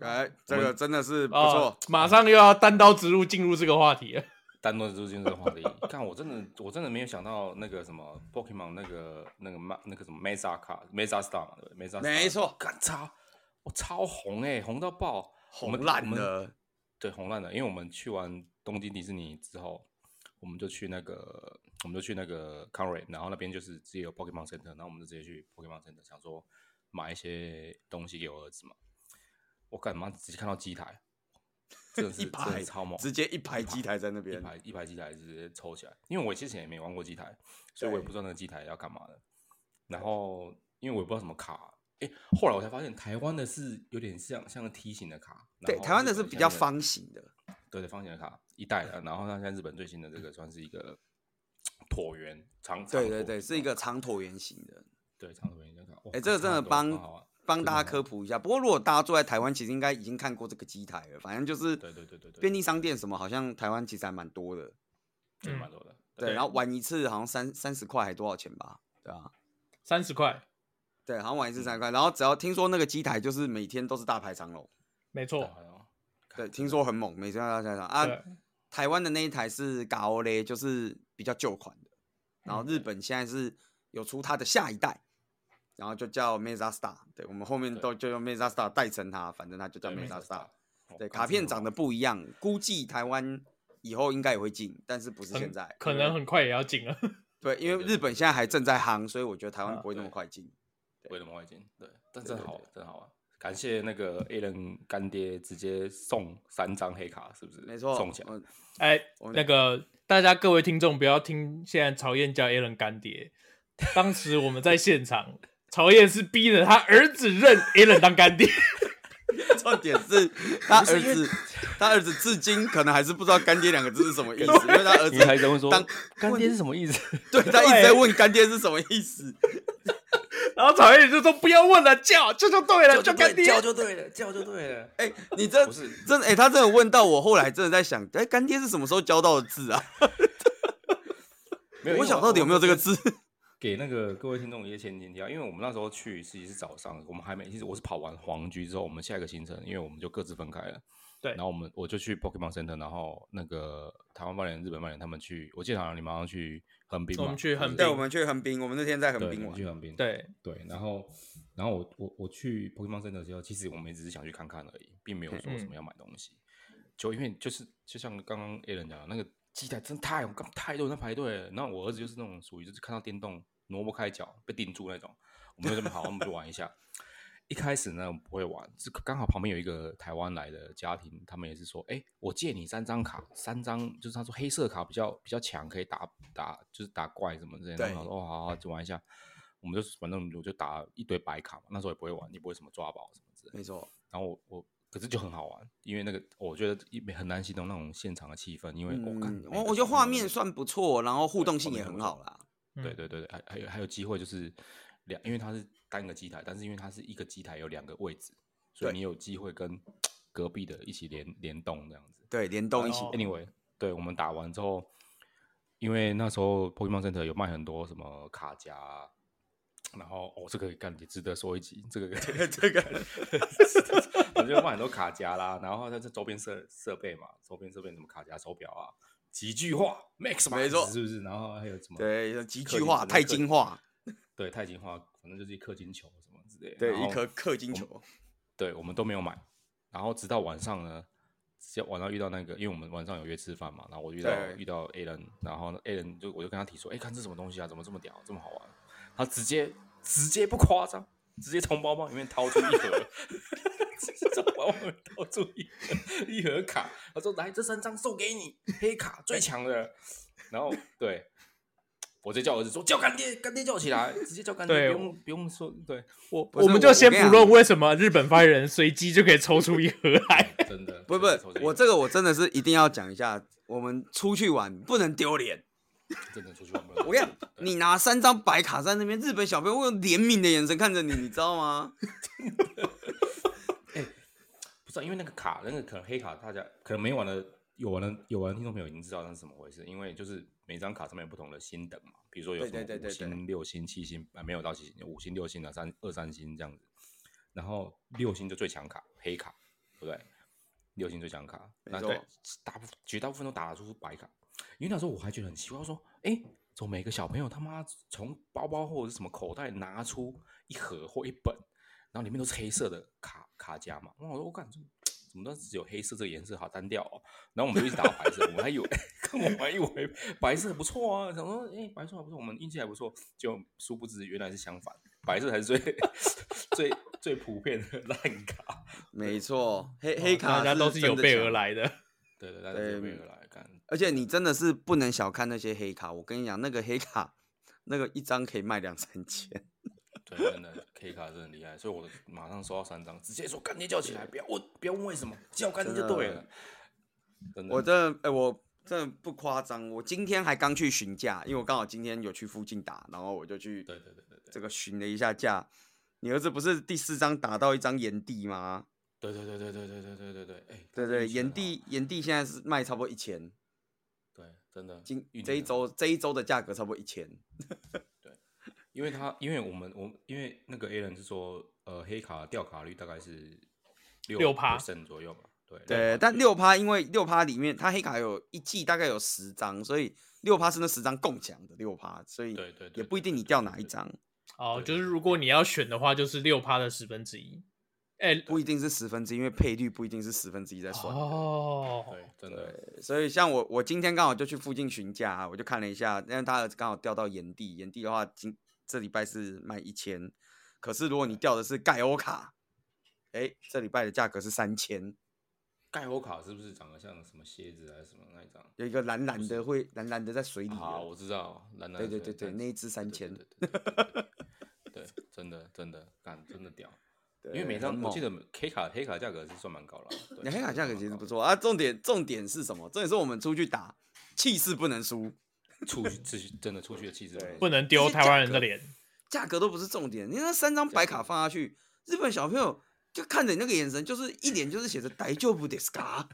Speaker 2: 哎，这个真的是不
Speaker 1: 啊
Speaker 2: 错。，
Speaker 1: 马上又要单刀直入进入这个话题了。
Speaker 3: 单论入进这个话题， [laughs] 但我真的我真的没有想到那个什么 Pokemon 那个那个嘛那个什么 Mesa 卡 Mesa Star 嘛，对不对，Mesa Star
Speaker 2: 没错
Speaker 3: 干超我超红哎、红到爆，我
Speaker 2: 红
Speaker 3: 们
Speaker 2: 烂，
Speaker 3: 我们
Speaker 2: 的，
Speaker 3: 对，红烂的，因为我们去完东京迪士尼之后，我们就去那个，我们就去那个 Conray，然后那边就是直接有 Pokemon Center，然后我们就直接去 Pokemon Center，想说买一些东西给我儿子嘛。我干嘛直接看到机台，真的
Speaker 2: [laughs]
Speaker 3: 是
Speaker 2: 一
Speaker 3: 真的
Speaker 2: 排
Speaker 3: 是超猛，
Speaker 2: 直接一排机台在那边
Speaker 3: 一。排一排机台直接抽起来，因为我之前也没玩过机台，所以我也不知道那个机台要干嘛的。然后因为我也不知道什么卡，哎、后来我才发现台湾的是有点像像个梯形的卡，然
Speaker 2: 对，
Speaker 3: 后
Speaker 2: 台湾
Speaker 3: 日
Speaker 2: 的
Speaker 3: 本
Speaker 2: 是
Speaker 3: 像
Speaker 2: 比较
Speaker 3: 那个
Speaker 2: 方形的，
Speaker 3: 对对，方形的卡一代的，然后它现在日本最新的这个算是一个椭圆长，长
Speaker 2: 对对
Speaker 3: 椭
Speaker 2: 对，
Speaker 3: 圆
Speaker 2: 是一个长椭圆形的。
Speaker 3: 对长椭圆的卡。哇
Speaker 2: 哎、这个真的
Speaker 3: 超好啊玩
Speaker 2: 帮帮
Speaker 3: 真的
Speaker 2: 大家
Speaker 3: 很
Speaker 2: 科普一下。不过如果大家住在台湾，其实应该已经看过这个机台了。反正就是
Speaker 3: 对对对对对
Speaker 2: 便利商店什么，好像台湾其实还蛮多的。
Speaker 3: 对
Speaker 1: 嗯
Speaker 3: 蛮多的，
Speaker 2: 对，然后玩一次好像三三十块还多少钱吧？对啊，
Speaker 1: 三十块，
Speaker 2: 对，好像玩一次三十块。然后只要听说那个机台就是每天都是大排长龙，
Speaker 1: 没
Speaker 3: 对
Speaker 1: 错，
Speaker 3: 还有
Speaker 2: 对，
Speaker 3: 看
Speaker 2: 听说很猛，每天都大排长龙
Speaker 1: 对
Speaker 2: 啊。台湾的那一台是 g a o l e 就是比较旧款的。然后日本现在是有出它的下一代，然后就叫 Mesa Star。对，我们后面
Speaker 3: 对
Speaker 2: 都就用 Mesa Star 代称它，反正它就叫
Speaker 3: 对
Speaker 2: Mesa Star。
Speaker 3: 哦
Speaker 2: 对，
Speaker 3: 干
Speaker 2: 卡
Speaker 3: 真
Speaker 2: 片
Speaker 3: 很好
Speaker 2: 长得
Speaker 3: 玩
Speaker 2: 不一样，估计台湾以后应该也会进，但是不是现在？
Speaker 1: 可
Speaker 2: 因为
Speaker 1: 能很快也要进了。
Speaker 2: 对，因为
Speaker 3: 对对
Speaker 2: 日本现在还正在夯，所以我觉得台湾
Speaker 1: 啊
Speaker 2: 不会那么
Speaker 3: 对
Speaker 2: 快进。
Speaker 3: 为什么会进？对，但真
Speaker 2: 对对
Speaker 3: 好，真好玩。啊感谢那个 A 人干爹直接送三张黑卡，是不是？
Speaker 2: 没错，
Speaker 3: 送起来。
Speaker 2: 嗯
Speaker 1: 哎
Speaker 2: 我，
Speaker 1: 那个大家各位听众不要听现在曹燕叫 Alan 干爹，当时我们在现场，曹燕是逼着他儿子认 Alan 当干爹，
Speaker 2: 重点
Speaker 3: [laughs]
Speaker 2: 是他儿子，他儿子至今可能还是不知道“干爹”两个字是什么意思，因为他儿
Speaker 3: 女孩
Speaker 2: 子
Speaker 3: 子会说
Speaker 2: 当：“
Speaker 3: 干爹是什么意思
Speaker 2: 对他一直在问“干爹”是什么意思。
Speaker 1: 然后草原就说不要问了，叫这就对？”了，
Speaker 3: 就
Speaker 1: 干爹。
Speaker 3: 叫就对了，叫就对了。
Speaker 2: 哎、你这
Speaker 3: 不是
Speaker 2: 真的哎、他真的问到我，后来真的在想，哎、干爹”是什么时候教到的字啊？
Speaker 3: 没有，因为
Speaker 2: 我想到底有没有这个字？
Speaker 3: 给那个各位听众一些前前条，因为我们那时候去其实是早上，我们还没，其实我是跑完黄居之后，我们下一个行程，因为我们就各自分开了。
Speaker 1: 对
Speaker 3: 然后我们我就去 Pokemon Center，然后那个台湾曼联、日本曼联他们去，我记得好像你们好像去横滨嘛，
Speaker 1: 我们去
Speaker 3: 是不是
Speaker 1: 横滨
Speaker 2: 们去横滨，我们那天在横
Speaker 3: 对，我们去横滨，
Speaker 1: 对，
Speaker 3: 对，然后然后我我我去 Pokemon Center 的时候，其实我们也只是想去看看而已，并没有说什么要买东西。就因为就是就像刚刚 A 人讲的，那个机台真太，我刚太多人在排队了。然后我儿子就是那种属于就是看到电动挪不开脚，被定住那种。我们就这么好，我们就玩一下。一开始呢，我们不会玩，是刚好旁边有一个台湾来的家庭，他们也是说，哎、我借你三张卡，三张就是他说黑色卡比较比较强，可以打打就是打怪什么之类的。
Speaker 2: 对
Speaker 3: 然后我说哦，好
Speaker 2: 哎
Speaker 3: 好就玩一下。我们就反正我就打一堆白卡嘛，那时候也不会玩，也不会什么抓宝什么之类的。
Speaker 2: 没错，
Speaker 3: 然后我我可是就很好玩，因为那个我觉得一很难形容那种现场的气氛，因为我看、
Speaker 2: 嗯，
Speaker 3: 每
Speaker 2: 我
Speaker 3: 个
Speaker 2: 我觉得
Speaker 3: 小朋
Speaker 2: 画
Speaker 3: 友
Speaker 2: 面
Speaker 3: 都
Speaker 2: 算不错，然后互动性也很好啦。
Speaker 3: 对
Speaker 1: 嗯
Speaker 3: 对对对，还还有还有机会就是两，因为它是单个机台，但是因为它是一个机台有两个位置，所
Speaker 2: 对
Speaker 3: 以你有机会跟隔壁的一起联联动这样子。
Speaker 2: 对，联动一起
Speaker 1: 哦
Speaker 3: Anyway，对我们打完之后，因为那时候 Pokemon Center 有卖很多什么卡夹啊，然后哦，这个干也值得说一集，这个 [laughs] 这个，我就卖很多卡夹啦，然后它这周边设设备嘛，周边设备什么卡夹、手表啊，极具化 Max 嘛，
Speaker 2: 没错
Speaker 3: 是不是？然后还有什么
Speaker 2: 对，极
Speaker 3: 氪
Speaker 2: 具
Speaker 3: 金
Speaker 2: 化、
Speaker 3: 什么
Speaker 2: 钛
Speaker 3: 氪
Speaker 2: 金化，
Speaker 3: 对钛金化，反正就是一颗金球什么之类的，
Speaker 2: 对，
Speaker 3: 然
Speaker 2: 一
Speaker 3: 后
Speaker 2: 颗氪金球。
Speaker 3: 对，我们都没有买。然后直到晚上呢，直接晚上遇到那个，因为我们晚上有约吃饭嘛，然后我遇到
Speaker 2: 对
Speaker 3: 遇到 A 人，然后 A 人就我就跟他提说，哎，看这什么东西啊，怎么这么屌，这么好玩？他直接直接不夸张，直接从包包里面掏出一盒， [laughs] 直接从包包里面掏出一盒一盒卡，他说来这三张送给你，黑卡最强的。然后对。我直接叫儿子说叫干爹，干爹叫起来，直接叫干爹，
Speaker 1: 对
Speaker 3: 不用不用说，对，
Speaker 1: 我
Speaker 2: 不是
Speaker 1: 我们就先
Speaker 2: 我跟
Speaker 1: 不
Speaker 2: 你讲
Speaker 1: 论为什么日本发言人随机就可以抽出一盒来，
Speaker 3: 真的
Speaker 2: 不
Speaker 3: 直
Speaker 2: 不
Speaker 3: 接抽这，一
Speaker 2: 我
Speaker 3: 盒
Speaker 2: 这个我真的是一定要讲一下，我们出去玩不能丢脸。
Speaker 3: 真的出去玩不了。
Speaker 2: 我跟你
Speaker 1: [laughs]
Speaker 2: 讲，你拿三张白卡在那边，日本小朋友会用怜悯的眼神看着你，你知道吗？
Speaker 3: 不是啊、因为那个卡，那个可能黑卡，大家可能没玩的有玩的有玩的听众朋友已经知道那是怎么回事，因为就是每张卡上面有不同的星等嘛，比如说有
Speaker 2: 对
Speaker 3: 什么
Speaker 2: 对对
Speaker 3: 五
Speaker 2: 对对
Speaker 3: 星、六星、七星啊，没有到七星，五星、六星啊，三二三星这样子，然后六星就最强卡，黑卡，对不对？六星最强卡，
Speaker 2: 没
Speaker 3: 那
Speaker 2: 错
Speaker 3: 对大部绝大部分都打得出白卡，因为那时候我还觉得很奇怪，我说，哎，怎么每个小朋友他妈从包包或者是什么口袋拿出一盒或一本，然后里面都是黑色的卡卡夹嘛，然后我说我感觉怎么都只有黑色这个颜色好单调哦，然后我们就一直打到白色，我还以为， [laughs] 看我还以为白色不错啊，想说哎、诶白色还不错，我们运气还不错，就殊不知原来是相反，白色才是最 [laughs] 最最普遍的烂卡，
Speaker 2: 没错，黑黑卡
Speaker 1: 哦大家都是有
Speaker 2: 真的
Speaker 1: 备
Speaker 2: 强
Speaker 1: 而。来的。
Speaker 3: 对对，大家就
Speaker 2: 对
Speaker 3: 没有来干，
Speaker 2: 而且你真的是不能小看那些黑卡，我跟你讲，那个黑卡，那个一张可以卖两三千。
Speaker 3: 对，真的 K 卡真的很厉害，所以我马上收到三张，直接说干爹叫起来，不要问，不要问为什么，叫干爹就对了。真的，
Speaker 2: 我真的，哎、我真的不夸张，我今天还刚去询价，因为我刚好今天有去附近打，然后我就去
Speaker 3: 对对对对对
Speaker 2: 这个询了一下价。你儿子不是第四张打到一张炎帝吗？
Speaker 3: 对对对对对对对对对对，哎，
Speaker 2: 对对，
Speaker 3: 运气很
Speaker 2: 炎
Speaker 3: 好，
Speaker 2: 帝炎帝现在是卖差不多一千，
Speaker 3: 对，真的，
Speaker 2: 今
Speaker 3: 运气
Speaker 2: 这一
Speaker 3: 很好
Speaker 2: 周这一周的价格差不多一千。
Speaker 3: 因为他因为我们我因为那个 A 人是说，呃，黑卡掉卡率大概是
Speaker 1: 6%
Speaker 3: 左右嘛，对
Speaker 2: 对，但六趴因为六趴里面它黑卡有一季大概有十张，所以六趴是那十张共享的六趴，所以
Speaker 3: 对对对
Speaker 2: 也不一定你掉哪一，张，
Speaker 1: 哦，
Speaker 3: 对
Speaker 1: 就是如果你要选的话，就是六趴的十分之一。哎，
Speaker 2: 不一定是十分之一，因为配率不一定是十分之一在算。
Speaker 1: 哦，
Speaker 3: 对对对对对，真的，
Speaker 2: 所以像我，我今天刚好就去附近询价、啊，我就看了一下，因为他儿子刚好调到炎帝，炎帝的话今这礼拜是卖一千，可是如果你调的是盖欧卡，哎、这礼拜的价格是三千，
Speaker 3: 盖欧卡是不是长得像什么蝎子还是什么那一张？
Speaker 2: 有一个蓝蓝的会蓝蓝的在水里的，
Speaker 3: 啊，我知道，蓝蓝
Speaker 2: 对对
Speaker 3: 色
Speaker 2: 对对，[laughs]
Speaker 3: 但
Speaker 2: 那一只三千， [laughs]
Speaker 3: 对对对对对对对对对，真的真的干真的屌。因为每
Speaker 2: 很
Speaker 3: 张我
Speaker 2: 猛
Speaker 3: 记得 K 卡 K 卡价格是算
Speaker 2: [laughs]
Speaker 3: 蛮高了，对
Speaker 2: 你黑卡价格
Speaker 3: 算蛮
Speaker 2: 其实
Speaker 3: 高
Speaker 2: 不错啊。重点重点是什么？重点是我们出去打，气势不能输，
Speaker 3: 出去出去真的出去的气质
Speaker 2: 对
Speaker 1: 不能丢台湾人的脸。
Speaker 2: 价格都不是重点。你那三张白卡放下去，日本小朋友就看着你那个眼神，就是一脸就是写着“大丈夫ですか”。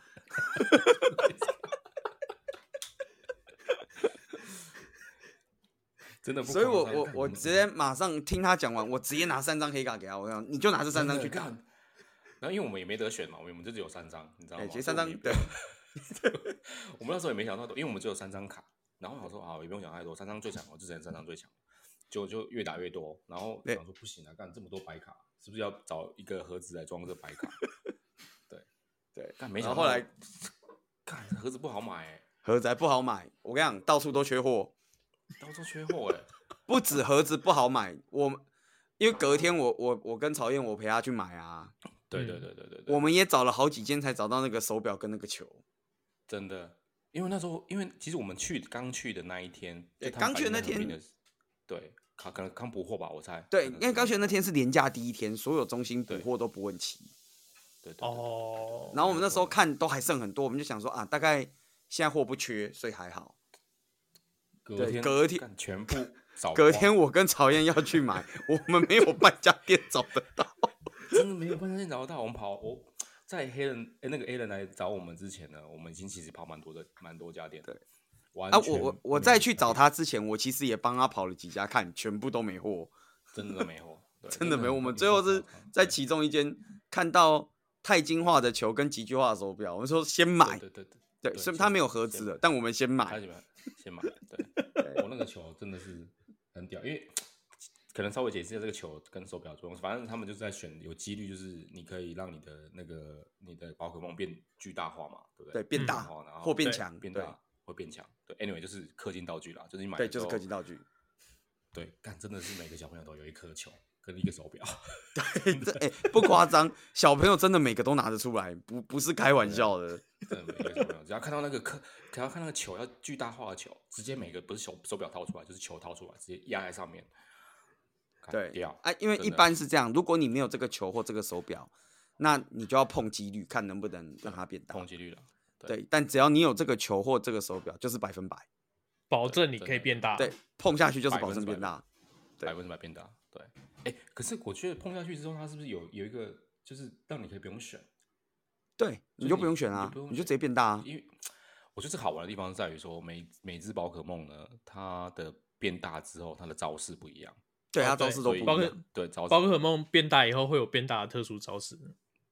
Speaker 3: 真的不
Speaker 2: 所以
Speaker 3: 夸
Speaker 2: 我
Speaker 3: 张
Speaker 2: 我
Speaker 3: 干
Speaker 2: 我
Speaker 3: 你
Speaker 2: 直接马上听他讲完，我直接拿三张黑卡给他，我讲你就拿这三张去
Speaker 3: 真的
Speaker 2: 看。
Speaker 3: 干。然后因为我们也没得选嘛，我们我们就只有三张，你知道
Speaker 2: 哎、
Speaker 3: 吗？
Speaker 2: 其实三张
Speaker 3: 我们
Speaker 2: 对，
Speaker 3: [laughs] 我们那时候也没想到，因为我们只有三张卡，然后我想说啊，也不用讲太多，三张最强，我之前三张最强，就就越打越多，然后
Speaker 2: 对
Speaker 3: 想说不行啊，干这么多白卡，是不是要找一个盒子来装这
Speaker 2: [laughs]
Speaker 3: 白卡？对
Speaker 2: 对
Speaker 3: 干没
Speaker 2: 然
Speaker 3: 想
Speaker 2: 后
Speaker 3: 到
Speaker 2: 后来 [laughs]
Speaker 3: 干盒子不好买、欸，
Speaker 2: [laughs] 盒子还不好买，我跟你讲，到处都缺货，
Speaker 3: 到时候缺货哎、
Speaker 2: 不止盒子不好买，我们因为隔天我我我跟曹燕我陪他去买啊，
Speaker 3: 对
Speaker 1: 嗯
Speaker 3: 对对对对对，
Speaker 2: 我们也找了好几间才找到那个手表跟那个球。
Speaker 3: 真的，因为那时候，因为其实我们去刚去的那一天，就
Speaker 2: 对
Speaker 3: 他们
Speaker 2: 刚去的
Speaker 3: 反
Speaker 2: 那
Speaker 3: 应很
Speaker 2: 天
Speaker 3: 平的时，对，可可能刚补货吧，我猜。
Speaker 2: 对，
Speaker 3: 可
Speaker 2: 因
Speaker 3: 能
Speaker 2: 为
Speaker 3: 是
Speaker 2: 刚学那天是廉价第一天，所有中心补
Speaker 3: 对
Speaker 2: 货都不问齐。
Speaker 3: 对对对
Speaker 1: 哦，
Speaker 2: 然后我们那时候看都还剩很多，我们就想说啊，大概现在货不缺，所以还好。
Speaker 3: 隔
Speaker 2: 对
Speaker 3: 天
Speaker 2: 隔天
Speaker 3: 干全部找
Speaker 2: 隔
Speaker 3: 光
Speaker 2: 天我跟曹燕要去
Speaker 3: [laughs]
Speaker 2: 买，我们没有半家店找得到。
Speaker 3: 真的没有半天找得到，我们跑我在黑人哎那个 A 人来找我们之前呢，我们已经其实跑蛮多的蛮多家店的，
Speaker 2: 对
Speaker 3: 完
Speaker 2: 啊，
Speaker 3: 全
Speaker 2: 我我我
Speaker 3: 没
Speaker 2: 在
Speaker 3: 有
Speaker 2: 去
Speaker 3: 家
Speaker 2: 找
Speaker 3: 店，
Speaker 2: 他之前，我其实也帮他跑了几家看，全部都没货，
Speaker 3: 真的没有，
Speaker 2: [laughs]
Speaker 3: 对
Speaker 2: 真的没有。
Speaker 3: 很
Speaker 2: 我们
Speaker 3: 很
Speaker 2: 最后是
Speaker 3: 夸张
Speaker 2: 在
Speaker 3: 对
Speaker 2: 其中一间看到钛金化的球跟极巨化的手表，我们说先买，
Speaker 3: 对对对对，
Speaker 2: 对，
Speaker 3: 对
Speaker 2: 虽然
Speaker 3: 先
Speaker 2: 他没有
Speaker 3: 买
Speaker 2: 合
Speaker 3: 先
Speaker 2: 资的
Speaker 3: 买，
Speaker 2: 但我们先
Speaker 3: 他
Speaker 2: 买。
Speaker 3: 喜欢先买。对，我那个球真的是很屌，因为可能稍微解释一下这个球跟手表作用，反正他们就是在选有几率，就是你可以让你的那个你的宝可梦变巨大化嘛，对不
Speaker 2: 对，
Speaker 3: 对？
Speaker 2: 变
Speaker 1: 嗯
Speaker 2: 大
Speaker 3: 然后然后
Speaker 2: 或变
Speaker 1: 对
Speaker 2: 强，
Speaker 3: 变
Speaker 2: 对
Speaker 3: 大会变强。对，anyway 就是氪金道具啦，就是你买
Speaker 2: 对，
Speaker 3: 了
Speaker 2: 就是
Speaker 3: 之后
Speaker 2: 科技
Speaker 3: [laughs]
Speaker 2: 道具。 [laughs]
Speaker 3: 对，但真的是每个小朋友都有一颗球跟一个手表， [laughs]
Speaker 2: 这哎、不夸张，小朋友真的每个都拿得出来，不不是开玩笑的。 [laughs]
Speaker 3: 真的每个小朋友只要看到那个氪，只要看那个球要巨大化的球，直接每个不是手手表掏出来，就是球掏出来，直接压在上面。干
Speaker 2: 对，
Speaker 3: 屌
Speaker 2: 啊，因为
Speaker 3: 真
Speaker 2: 一
Speaker 3: 的
Speaker 2: 般是这样，如果你没有这个球或这个手表，那你就要碰几率，看能不能让它变大。
Speaker 3: 碰击率了。对
Speaker 2: 对，但只要你有这个球或这个手表，就是百分百。
Speaker 1: 保证你可以变大。
Speaker 2: 对，，碰下去就是
Speaker 3: 啊百
Speaker 2: 保
Speaker 3: 分
Speaker 2: 证
Speaker 3: 之百
Speaker 2: 变大。对
Speaker 3: 百分之百变大。对，哎、可是我觉得碰下去之后，它是不是有有一个，就是让你可以不用选？
Speaker 2: 对，你就不用选啊
Speaker 3: 你就不，用
Speaker 2: 你就
Speaker 3: 选哦
Speaker 2: 直接变大啊。
Speaker 3: 因为我觉得这好玩的地方在于说，每每只宝可梦呢，它的变大之后，它的招式不一样，
Speaker 2: 对，
Speaker 1: 哦
Speaker 2: 它招
Speaker 1: 对
Speaker 2: 式都
Speaker 3: 所
Speaker 2: 不
Speaker 3: 以
Speaker 2: 一
Speaker 1: 包括
Speaker 2: 样，
Speaker 3: 对招式
Speaker 1: 宝可梦变大以后会有变大的特殊招式。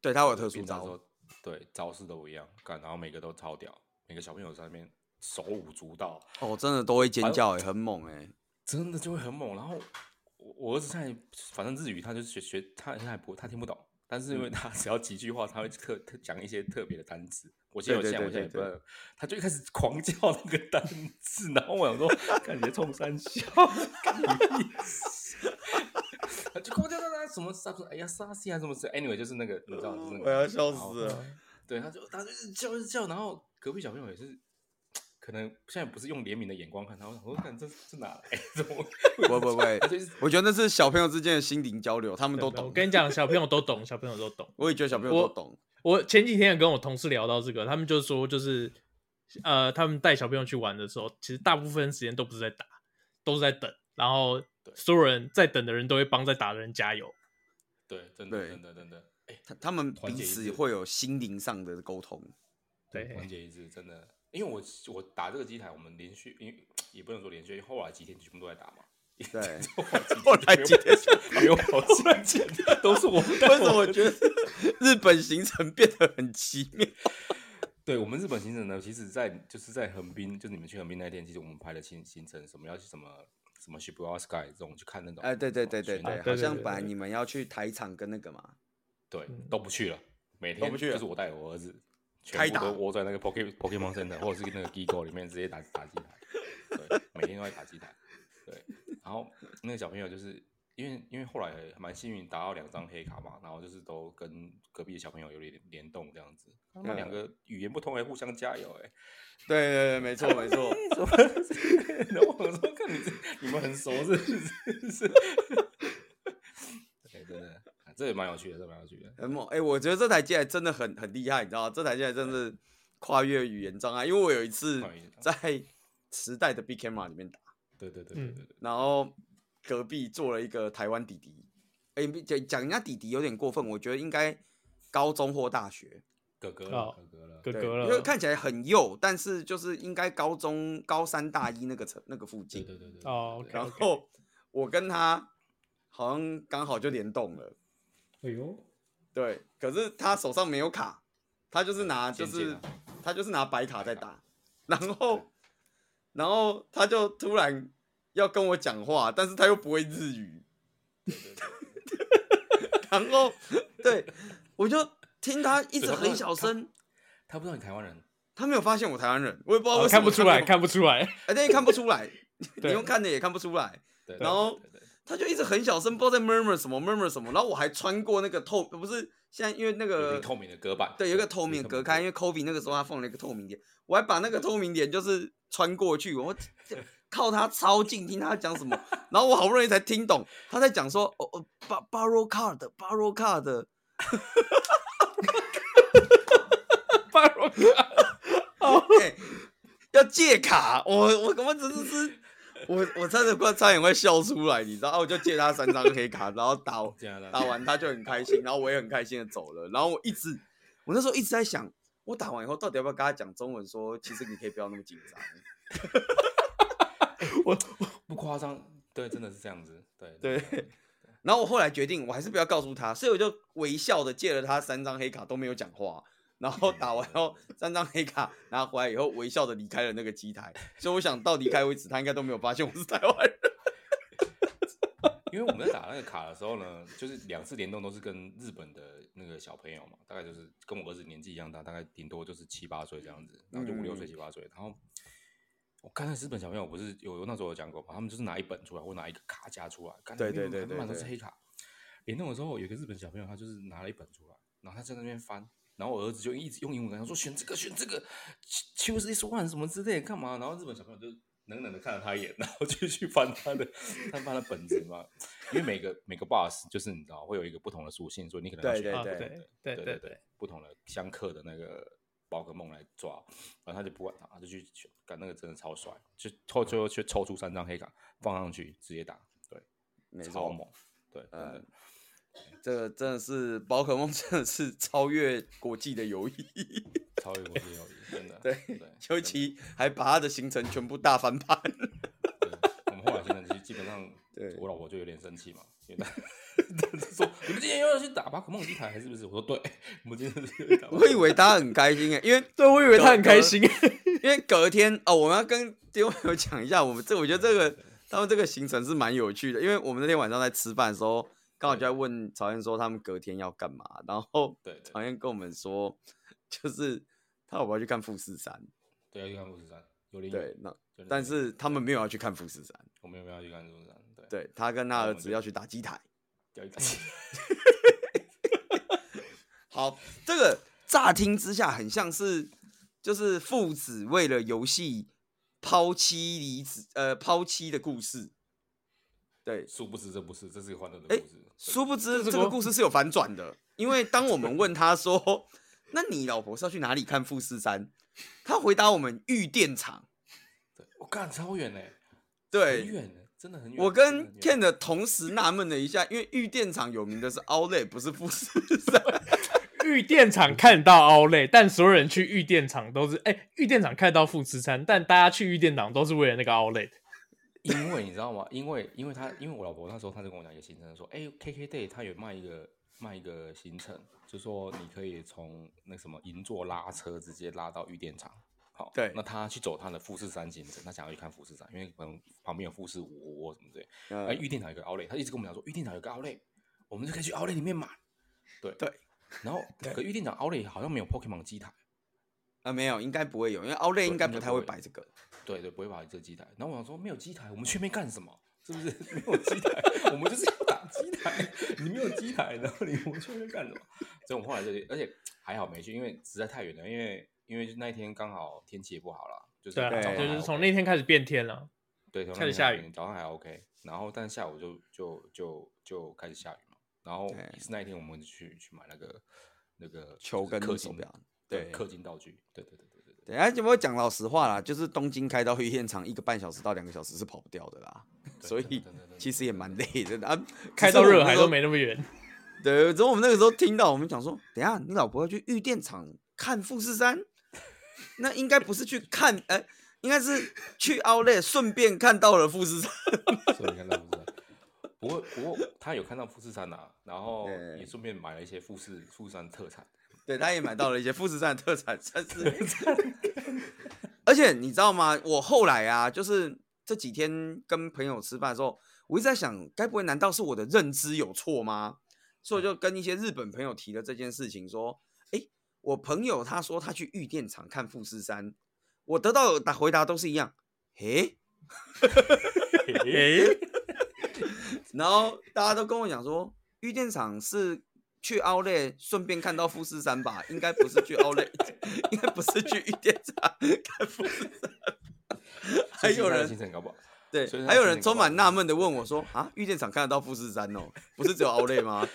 Speaker 2: 对，它有特殊
Speaker 3: 变大之
Speaker 2: 招。
Speaker 3: 后，对招式都不一样，干，然后每个都超屌，每个小朋友在那边手舞足蹈，
Speaker 2: 哦，真的都会尖
Speaker 3: 反正
Speaker 2: 叫哎、很猛哎、
Speaker 3: 真的就会很猛。然后我我儿子现在反正日语他就学学他他还不他听不懂，但是因
Speaker 2: 嗯
Speaker 3: 为他只要几句话，他会特特讲一些特别的单词。我现在有
Speaker 2: 对对
Speaker 3: 像我
Speaker 2: 对
Speaker 3: 现在也不
Speaker 2: 对
Speaker 3: 知道他就一开始狂叫那个单字，然后我
Speaker 2: [laughs]
Speaker 3: 想说，看你在冲三笑，干你屁事 [laughs] 他就狂叫那那什么啥哎呀沙西啊什么之类 anyway 就是那个你知道就是那个然后
Speaker 2: 了。
Speaker 3: 对，他就他就是叫就是叫，然后隔壁小朋友也是，可能现在不是用怜悯的眼光看他，我想说，看这这哪来？ [laughs] 怎么会
Speaker 2: 不不不，
Speaker 3: 他 [laughs] 就是
Speaker 2: 我觉得那是小朋友之间的心灵交流，他们都
Speaker 1: 我
Speaker 2: 懂。
Speaker 1: 跟你讲，小朋友都懂，小朋友都懂。
Speaker 2: 我也觉得小朋友都
Speaker 1: 我
Speaker 2: 懂。
Speaker 1: 我前几天也跟我同事聊到这个，他们就说，就是呃，他们带小朋友去玩的时候，其实大部分时间都不是在打，都是在等，然后所有人在等的人都会帮在打的人加油。
Speaker 3: 对，真
Speaker 2: 对
Speaker 3: 的真的真的，哎，
Speaker 2: 他他们
Speaker 3: 团
Speaker 2: 彼
Speaker 3: 结一
Speaker 2: 此
Speaker 3: 致
Speaker 2: 会有心灵上的沟通。
Speaker 1: 对，
Speaker 3: 团结一致，真的。因为我我打这个机台，我们连续，因为也不能说连续，因为后来几天全部都在打嘛。 [laughs]
Speaker 2: 对，
Speaker 3: 后
Speaker 2: 来几天
Speaker 3: 没
Speaker 2: [laughs]
Speaker 3: 有跑进天都是我。
Speaker 2: 为什么我觉得日本行程变得很奇妙？
Speaker 3: 对我们日本行程呢，其实在就是在横滨，就是你们去横滨那天，其实我们排的行行程，什么要去什么什么 Shibuya Sky 这种去看那种，
Speaker 2: 哎，对对对对
Speaker 3: 旋转
Speaker 2: 对，
Speaker 1: 啊
Speaker 2: 好
Speaker 1: 对对
Speaker 2: 像
Speaker 1: 对
Speaker 2: 本来
Speaker 1: 对
Speaker 2: 你们要去台场跟那个嘛，
Speaker 3: 对
Speaker 1: 嗯，
Speaker 3: 都不去了，每
Speaker 2: 都
Speaker 3: 天
Speaker 2: 不去了
Speaker 3: 就是我带我儿子，
Speaker 2: 开
Speaker 3: 全部
Speaker 2: 打
Speaker 3: 都窝在那个 Poke Pokemon Center 或者是那个 Gigo 里面直接打打机台，对， [laughs] 每天都在打机台，对，然后那个小朋友就是因为因为后来蛮幸运打到两张黑卡嘛，然后就是都跟隔壁的小朋友有点联动这样子，他们
Speaker 2: 嗯
Speaker 3: 两个语言不通还互相加油哎、
Speaker 2: [laughs]
Speaker 3: 欸
Speaker 2: 对对对，没错没错，
Speaker 3: 怎么？然后我说：“看你这，你们很熟是不是？” [laughs] 对，真的，啊这也蛮有趣的，这蛮有趣的。
Speaker 2: 很猛哎、我觉得这台机台真的很很厉害，你知道吗？这台机台真的是跨越语言障碍，因为我有一次
Speaker 3: 跨越语言障
Speaker 2: 在时代的 Big Camera 里面打，
Speaker 3: 对对对对
Speaker 1: 嗯
Speaker 3: 对对，
Speaker 2: 然后隔壁坐了一个台湾弟弟，哎、讲讲人家弟弟有点过分，我觉得应该高中或大学，
Speaker 3: 哥哥
Speaker 1: 哦
Speaker 3: 了，哥哥了，
Speaker 1: 哥
Speaker 2: 对
Speaker 1: 哥了，
Speaker 2: 因为看起来很幼，但是就是应该高中高三大一那个层那个附
Speaker 3: 对
Speaker 2: 近，
Speaker 3: 对对对。
Speaker 1: 哦
Speaker 3: 对对
Speaker 1: ，OK，OK
Speaker 3: 对
Speaker 2: 然后我跟他好像刚好就联动了。
Speaker 1: 哎呦，
Speaker 2: 对，可是他手上没有卡，他就是拿就
Speaker 3: 渐进
Speaker 2: 是
Speaker 3: 啊
Speaker 2: 他就是拿白卡在打，然后然后他就突然要跟我讲话，但是他又不会日语，然后对我就听他一直
Speaker 3: 对他不
Speaker 2: 很
Speaker 3: 会
Speaker 2: 小声，
Speaker 3: 他不知道你台湾人，
Speaker 2: 他没有发现我台湾人，我也不知道
Speaker 1: 哦
Speaker 2: 为什么、
Speaker 1: 看不出来，，看不出来，
Speaker 2: 哎，但也看不出来，你
Speaker 1: 对
Speaker 2: 用看的也看不出来，
Speaker 3: 对，对
Speaker 2: 然后
Speaker 3: 对对对
Speaker 2: 他就一直很小声，不知道在 murmur 什么 murmur 什么，然后我还穿过那个透，不是现在因为那
Speaker 3: 有一
Speaker 2: 个
Speaker 3: 个透明的隔板，
Speaker 2: 呃对，有一个透明隔开，因为 Kobe 那个时候他放了一个透明帘，我还把那个透明帘就是穿过去，我 [laughs] 这靠他超近听他讲什么，然后我好不容易才听懂他在讲说哦哦巴巴罗卡的巴罗卡 [laughs] 的，
Speaker 1: 巴洛克
Speaker 2: 哎、要借卡，我我我真的是我我真的快差点快笑出来，你知道，啊我就借他三张黑卡，然后打我
Speaker 3: 加拿大
Speaker 2: 打完他就很开心，然后我也很开心的走了。然后我一直，我那时候一直在想，我打完以后到底要不要跟他讲中文说其实你可以不要那么紧张。
Speaker 3: 不夸张，对，真的是这样子，对
Speaker 2: 对， [laughs] 然后我后来决定，我还是不要告诉他，所以我就微笑的借了他三张黑卡，都没有讲话。然后打完 [laughs] 后，三张黑卡拿回来以后，微笑的离开了那个机台。所以我想到离开为止，他应该都没有发现我是台湾人。
Speaker 3: 因为我们在打那个卡的时候呢，就是两次联动都是跟日本的那个小朋友嘛，大概就是跟我儿子年纪一样大，大概顶多就是七八岁这样子，然后就五六
Speaker 2: 嗯
Speaker 3: 岁七八岁，然后我看那日本小朋友，我不是有有那时候有讲过嘛，他们就是拿一本出来或拿一个卡夹出来，看
Speaker 2: 对对对对
Speaker 3: 满都是
Speaker 2: 对
Speaker 3: 黑卡。联动的时候有一个日本小朋友，他就是拿了一本出来，然后他在那边翻。然后我儿子就一直用英文跟他说选这个选这个，choose this one 什么之类的干嘛？然后日本小朋友就冷冷的看了他一眼，然后继续翻他的翻他的本子嘛。因为每个每个 boss 就是你知道会有一个不同的属性，所以你可能要
Speaker 2: 对
Speaker 3: 选
Speaker 1: 啊，
Speaker 2: 对
Speaker 1: 对对
Speaker 3: 对
Speaker 1: 对
Speaker 3: 对，不同的相克的那个宝可梦来抓，然后他就不管他，他就去去干那个真的超帅，就抽最后却抽出三张黑卡放上去直接打，对，
Speaker 2: [laughs] 没
Speaker 3: 超
Speaker 2: 错，嗯
Speaker 3: 猛，对，真的
Speaker 2: 这个真的是宝可梦，真的是超越国际的友谊， [laughs]
Speaker 3: 超越国际友谊，真的，
Speaker 2: 对
Speaker 3: 对，
Speaker 2: 尤
Speaker 3: 真的
Speaker 2: 其还把他的行程全部大翻盘。
Speaker 3: 对我们后来现在就基本上
Speaker 2: [laughs] 对，
Speaker 3: 我老婆就有点生气嘛，因为她她说你们今天又要去打宝可梦机台是不是？我说对，我们今天是去打宝可梦。
Speaker 2: 我以为大家很开心欸诶、因为
Speaker 1: 对，我以为他很开心， [laughs]
Speaker 2: 因为隔天哦，我们要跟听众朋友讲一下，我们这我觉得这个他们这个行程是蛮有趣的，因为我们那天晚上在吃饭的时候，刚好就在问曹燕说他们隔天要干嘛，然后
Speaker 3: 对对
Speaker 2: 曹燕跟我们说，就是他老婆要去看富士山，
Speaker 3: 对要去看富士山，有点
Speaker 2: 对，，那
Speaker 3: 有点
Speaker 2: 但
Speaker 3: 远
Speaker 2: 是他们没有要去看富士山，
Speaker 3: 我们有没有要去看富士山？对，
Speaker 2: 对他跟他
Speaker 3: 那我
Speaker 2: 儿
Speaker 3: 们
Speaker 2: 子
Speaker 3: 就
Speaker 2: 要去打机台。
Speaker 3: 要去看
Speaker 2: 好，这个乍听之下很像是就是父子为了游戏抛妻离子呃抛妻的故事，对，
Speaker 3: 殊不知这不是，这是一个欢乐的
Speaker 2: 哎
Speaker 3: 故事。
Speaker 2: 殊不知
Speaker 1: 这
Speaker 2: 这
Speaker 1: 是
Speaker 2: 个
Speaker 1: 我
Speaker 2: 故事是有反转的，因为当我们问他说：“那你老婆是要去哪里看富士山？”他回答我们玉电厂。
Speaker 3: 对，我干超远呢，很
Speaker 2: 对，
Speaker 3: 远呢，真的很远。
Speaker 2: 我
Speaker 3: 真的
Speaker 2: 跟
Speaker 3: 很远
Speaker 2: Ken 的同时纳闷了一下，因为玉电厂有名的是 Outlet，不是富士山。
Speaker 1: 玉电厂看到奥莱，但所有人去玉电厂都是，哎、玉电厂看到富士山，但大家去玉电厂都是为了那个奥莱。
Speaker 3: 因为你知道吗？因为因为他因为我老婆那时候她就跟我讲一个行程，说哎、k K Day 他有卖一个卖一个行程，就说你可以从那什么银座拉车直接拉到玉电厂。好，
Speaker 2: 对
Speaker 3: 那他去走他的富士山行程，他想要去看富士山，因为可能旁边有富士五窝什么之类。哎、
Speaker 2: 嗯
Speaker 3: 玉电厂有个 Outlet，他一直跟我们讲说玉电厂有个 Outlet，我们就可以去 Outlet 里面买。对
Speaker 2: 对。
Speaker 3: 然后，
Speaker 2: 对
Speaker 3: 可玉电厂 Outlet 好像没有 Pokemon 机台，
Speaker 2: 啊，没有，应该不会有，因为 Outlet 应该不太会摆这个。
Speaker 3: 对对，不会把这机台。然后我想说，没有机台，我们去那边干什么？是不是 [laughs] 没有机台？我们就是要打机台。你没有机台，然后你我们去那边干什么？ [laughs] 所以我们后来就，而且还好没去，因为实在太远了。因为因为那一天刚好天气也不好了，就是
Speaker 1: 对啊，
Speaker 3: 早上
Speaker 1: 就
Speaker 3: 还
Speaker 1: 是
Speaker 3: OK
Speaker 1: 从那天开始变天了。
Speaker 3: 对，从
Speaker 1: 开
Speaker 3: 那
Speaker 1: 始
Speaker 3: 天
Speaker 1: 下
Speaker 3: 还
Speaker 1: 雨
Speaker 3: 早上还 OK，然后但是下午就就就就开始下雨嘛。然后
Speaker 2: 对
Speaker 3: 也是那一天我们去去买那个那个
Speaker 2: 球
Speaker 3: 就是
Speaker 2: 跟
Speaker 3: 氪
Speaker 2: 手
Speaker 3: 金
Speaker 2: 表对
Speaker 3: 氪金道具，对对对对对对。
Speaker 2: 对，哎，有没有讲老实话啦？就是东京开到去现场一个半小时到两个小时是跑不掉的啦，
Speaker 3: 对
Speaker 2: 所
Speaker 3: 真的
Speaker 2: 以
Speaker 3: 真的真的
Speaker 2: 其实也蛮累的啊。
Speaker 1: 开
Speaker 2: 只是
Speaker 1: 到
Speaker 2: 我
Speaker 1: 热
Speaker 2: 们那
Speaker 1: 海
Speaker 2: 时候
Speaker 1: 都没那么 [laughs] 远，
Speaker 2: 对，之后我们那个时候听到，我们讲说，等一下你老婆要去玉电厂看富士山，那应该不是去看，哎、应该是去 Outlet 顺便看到了富士山。
Speaker 3: 所以你看到富士山。不过不过他有看到富士山啊，然后
Speaker 2: 对
Speaker 3: 也顺便买了一些富士富士山特产。
Speaker 2: 对，他也买到了一些富士山的特产，算是。 [laughs] 而且你知道吗？我后来啊，就是这几天跟朋友吃饭的时候，我一直在想，该不会难道是我的认知有错吗？所以我就跟一些日本朋友提了这件事情，说：“哎、我朋友他说他去玉电厂看富士山，我得到的答回答都是一样，诶、
Speaker 3: 诶
Speaker 2: 然后大家都跟我讲说，玉电厂是去奥莱顺便看到富士山吧，应该不是去奥莱， [laughs] 应该不是去玉电厂看富士山。还
Speaker 3: 所以其实
Speaker 2: 有
Speaker 3: 他的
Speaker 2: 人
Speaker 3: 行程搞不好，
Speaker 2: 对
Speaker 3: 所以，他
Speaker 2: 还有
Speaker 3: 是
Speaker 2: 人
Speaker 3: 那个
Speaker 2: 充
Speaker 3: 吧
Speaker 2: 满纳闷的问我说：“啊，玉电厂看得到富士山哦，不是只有奥莱吗？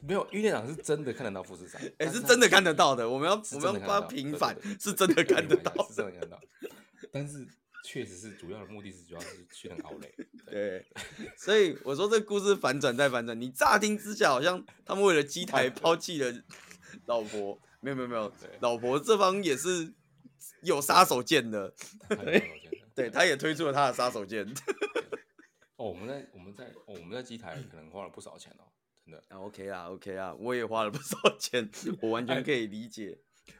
Speaker 3: 没有玉电厂是真的看得到富士山， [laughs]
Speaker 2: 哎、
Speaker 3: 但
Speaker 2: 是
Speaker 3: 它
Speaker 2: 真的看得到的，我们要
Speaker 3: 是
Speaker 2: 我
Speaker 3: 真
Speaker 2: 们要
Speaker 3: 的看
Speaker 2: 帮他
Speaker 3: 得到
Speaker 2: 平
Speaker 3: 对
Speaker 2: 反
Speaker 3: 对，
Speaker 2: 是真的看得到。
Speaker 3: 是真的看得到，但是确实是主要的目的是主要是去那个奥雷，
Speaker 2: 对，所以我说这故事反转再反转，你乍听之下好像他们为了机台抛弃了老婆，没有没有没有
Speaker 3: 对，
Speaker 2: 老婆这方也是有杀手锏的，
Speaker 3: 他看得到我觉得
Speaker 2: 对，他也推出了他的杀手锏。
Speaker 3: 哦，我们在我们在哦我们在机台可能花了不少钱哦，真的。
Speaker 2: 啊 OK 啦 OK 啦，我也花了不少 [laughs] 钱，我完全可以理解。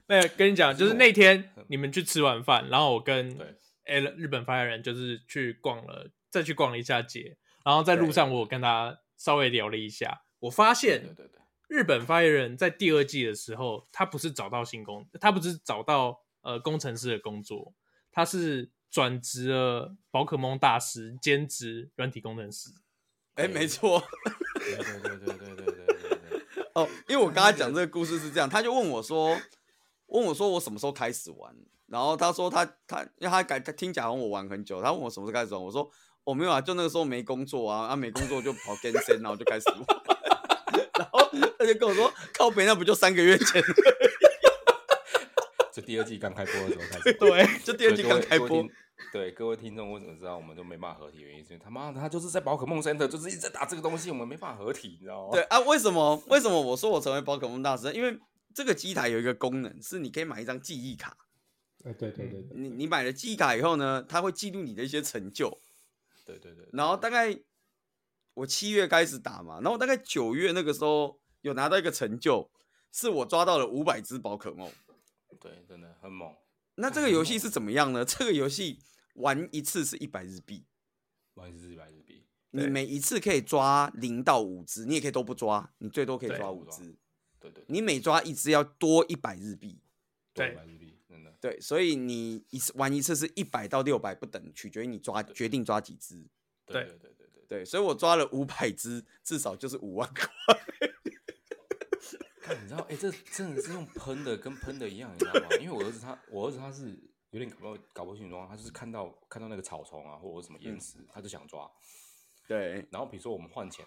Speaker 1: 那跟你讲，就是那天你们去吃晚饭，然后我跟
Speaker 3: 对
Speaker 1: A 日本发言人就是去逛了，再去逛了一下街，然后在路上我有跟他稍微聊了一下，我发
Speaker 3: 对
Speaker 1: 现
Speaker 3: 对对对，
Speaker 1: 日本发言人在第二季的时候，他不是找到新工，他不是找到呃工程师的工作，他是转职了宝可梦大师，兼职软体工程师。
Speaker 2: 哎、没错
Speaker 3: 对对对对对对对对对对，
Speaker 2: [laughs] 哦，因为我跟他讲这个故事是这样，他就问我说，问我说我什么时候开始玩，然后他说他他，因为他感他听起来好像我玩很久，他问我什么时候开始玩，我说我、哦、没有啊，就那个时候没工作啊，啊没工作就跑 g a n s e n 然后就开始玩， [laughs] 然后他就跟我说靠北那不就三个月前，
Speaker 3: 这第二季刚开播的时候开始玩，
Speaker 1: 对，
Speaker 2: 就第二季
Speaker 3: 所以各
Speaker 2: 刚
Speaker 3: 位
Speaker 2: 开
Speaker 3: 各位
Speaker 2: 播
Speaker 3: 听，对各位听众，为什么知道我们都没办法合体？原因是因为他妈的，他就是在宝可梦 center 就是一直在打这个东西，我们没办法合体，你知道吗？
Speaker 2: 对，啊，为什么为什么我说我成为宝可梦大师？因为这个机台有一个功能是你可以买一张记忆卡，
Speaker 4: 哎，对对对对，
Speaker 2: 你你买了记忆卡以后呢，它会记录你的一些成就，
Speaker 3: [laughs] 对对对，
Speaker 2: 然后大概我七月开始打嘛，然后我大概九月那个时候有拿到一个成就，是我抓到了五百只宝可梦。
Speaker 3: 对，真的很猛，
Speaker 2: 那这个游戏是怎么样呢？这个游戏玩一次是一百日币，
Speaker 3: 不好意思，一百日币，
Speaker 2: 你
Speaker 1: 对
Speaker 2: 每一次可以抓零到五只，你也可以都不抓，你最多可以
Speaker 1: 对
Speaker 2: 抓
Speaker 3: 都
Speaker 2: 五
Speaker 3: 不抓
Speaker 2: 只。
Speaker 3: 对对，
Speaker 2: 你每抓一只要多一百日币，
Speaker 1: 对
Speaker 3: 一百日币，真的，
Speaker 2: 对，所以你一次玩一次是一百到六百不等，取决于你抓决定抓几只。
Speaker 1: 对
Speaker 3: 对对对对对对，
Speaker 2: 对，所以我抓了五百只，至少就是五万块。
Speaker 3: 看你知道，哎，这真的是用喷的，跟喷的一样，你知道吗？因为我儿子他，我儿子他是有点搞不搞不清楚状况，他就是看到看到那个草丛啊，或者什么
Speaker 2: 嗯
Speaker 3: 岩石，他就想抓， [laughs]
Speaker 2: 对，
Speaker 3: 然后比如说我们换钱，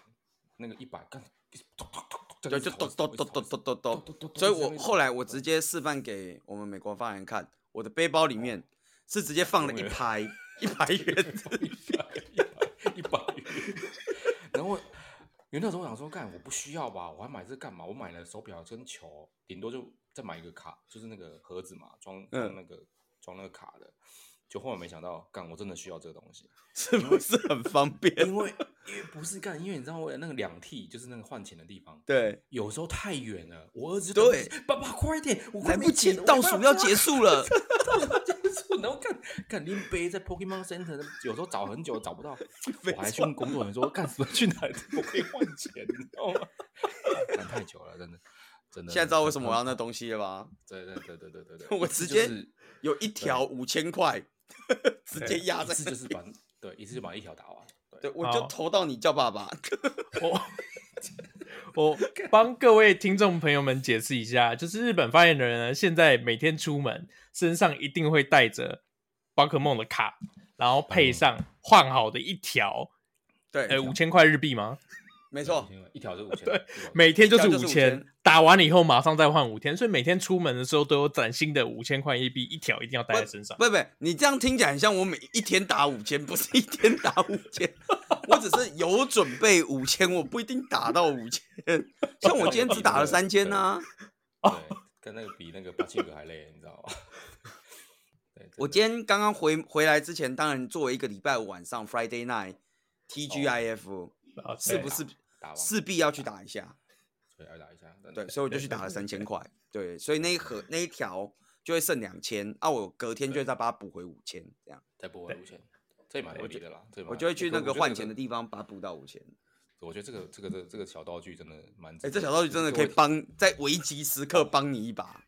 Speaker 3: 那个一百，干，一直咚咚咚咚
Speaker 2: 就就
Speaker 3: 咚
Speaker 2: 咚
Speaker 3: 咚
Speaker 2: 咚
Speaker 3: 咚咚
Speaker 2: 咚咚咚
Speaker 3: 咚咚
Speaker 2: 咚咚。
Speaker 3: 咚咚咚
Speaker 2: 所以
Speaker 3: 一直这样
Speaker 2: 我
Speaker 3: 一直
Speaker 2: 后来
Speaker 3: 咚
Speaker 2: 我
Speaker 3: 咚
Speaker 2: 直接示范给我们美国发言人看，我的背包里面是直接放了一
Speaker 3: 哦永远
Speaker 2: 排一排元。
Speaker 3: 一百元。然后我，因为那时候我想说，干我不需要吧，我还买这干嘛？我买了手表跟球，顶多就再买一个卡，就是那个盒子嘛，装装
Speaker 2: 嗯
Speaker 3: 那个、装那个卡的。就后来没想到，干我真的需要这个东西，
Speaker 2: 是不是很方便？ [laughs]
Speaker 3: 因为因为不是干，因为你知道我有那个两 T 就是那个换钱的地方，
Speaker 2: 对，
Speaker 3: 有时候太远了，我儿子就等
Speaker 2: 对
Speaker 3: 不及，爸爸快一点，我快
Speaker 2: 来
Speaker 3: 没
Speaker 2: 不及，
Speaker 3: 钱了
Speaker 2: 倒数要结，束
Speaker 3: [laughs]
Speaker 2: 了。
Speaker 3: 我快没钱了倒数要结束， [laughs] 然后干干拎杯在 Pokemon Center，有时候找很久找不到，
Speaker 2: [laughs] 没
Speaker 3: 我还去
Speaker 2: 错
Speaker 3: 问工作人员说干什么去哪里
Speaker 2: [laughs]
Speaker 3: 我可以换钱，你知道吗？干太久了，真的，真的。
Speaker 2: 现在知道为什么
Speaker 3: [laughs]
Speaker 2: 我要那东西了吧？
Speaker 3: 对？对对对对对对
Speaker 2: [laughs] 我
Speaker 3: 一次
Speaker 2: 直
Speaker 3: 就
Speaker 2: 接
Speaker 3: 是
Speaker 2: 有一条五千块，直接压
Speaker 3: 一
Speaker 2: 在
Speaker 3: 次就是把对一次就把一条打完，
Speaker 2: 对，
Speaker 3: 对，
Speaker 2: 我就
Speaker 1: 好
Speaker 2: 投到你叫爸爸。
Speaker 1: 我我帮各位听众朋友们解释一下，就是日本发言人呢，现在每天出门身上一定会带着宝可梦的卡，然后配上换好的一条，
Speaker 2: 对，哎
Speaker 1: 呃，五千块日币吗？
Speaker 2: 没错，
Speaker 3: 5000块一条
Speaker 2: [laughs]
Speaker 3: 就五千，
Speaker 1: 对
Speaker 3: 一条就
Speaker 1: 每天就是
Speaker 2: 一啊条就是
Speaker 1: 五千
Speaker 2: 5000，
Speaker 1: 打完了以后马上再换五天，所以每天出门的时候都有崭新的五千块硬币，一条一定要带在身上。
Speaker 2: 不不，你这样听起来很像我每一天打五千，不是一天打五千， [laughs] 我只是有准备五千，我不一定打到五千。 [laughs] 像我今天只打了三千啊呐、哦
Speaker 3: 对，跟那个比那个八千格还累，你知道吗？ [laughs] 对，
Speaker 2: 我今天刚刚回回来之前，当然作为一个礼拜五晚上 Friday night TGIF，、
Speaker 1: 啊，
Speaker 2: 是
Speaker 1: 对
Speaker 2: 不是
Speaker 3: 打完
Speaker 2: 势必要去打一下？
Speaker 3: 所以要打一下，
Speaker 2: 对，所以我就去打了三千块。对，所以那一盒那一条就会剩两千，啊，我隔天就会再把它补回五千，这样
Speaker 3: 再不会五千，这也蛮合理的啦，这也蛮
Speaker 2: 我就会去那个换钱的
Speaker 3: 地。
Speaker 2: 地方把它补到五千。
Speaker 3: 我觉得这个这个这个这个小道具真的蛮值
Speaker 2: 哎、
Speaker 3: 得，
Speaker 2: 这小道具真的可以
Speaker 3: 就会，
Speaker 2: 帮在危急时刻帮你一把。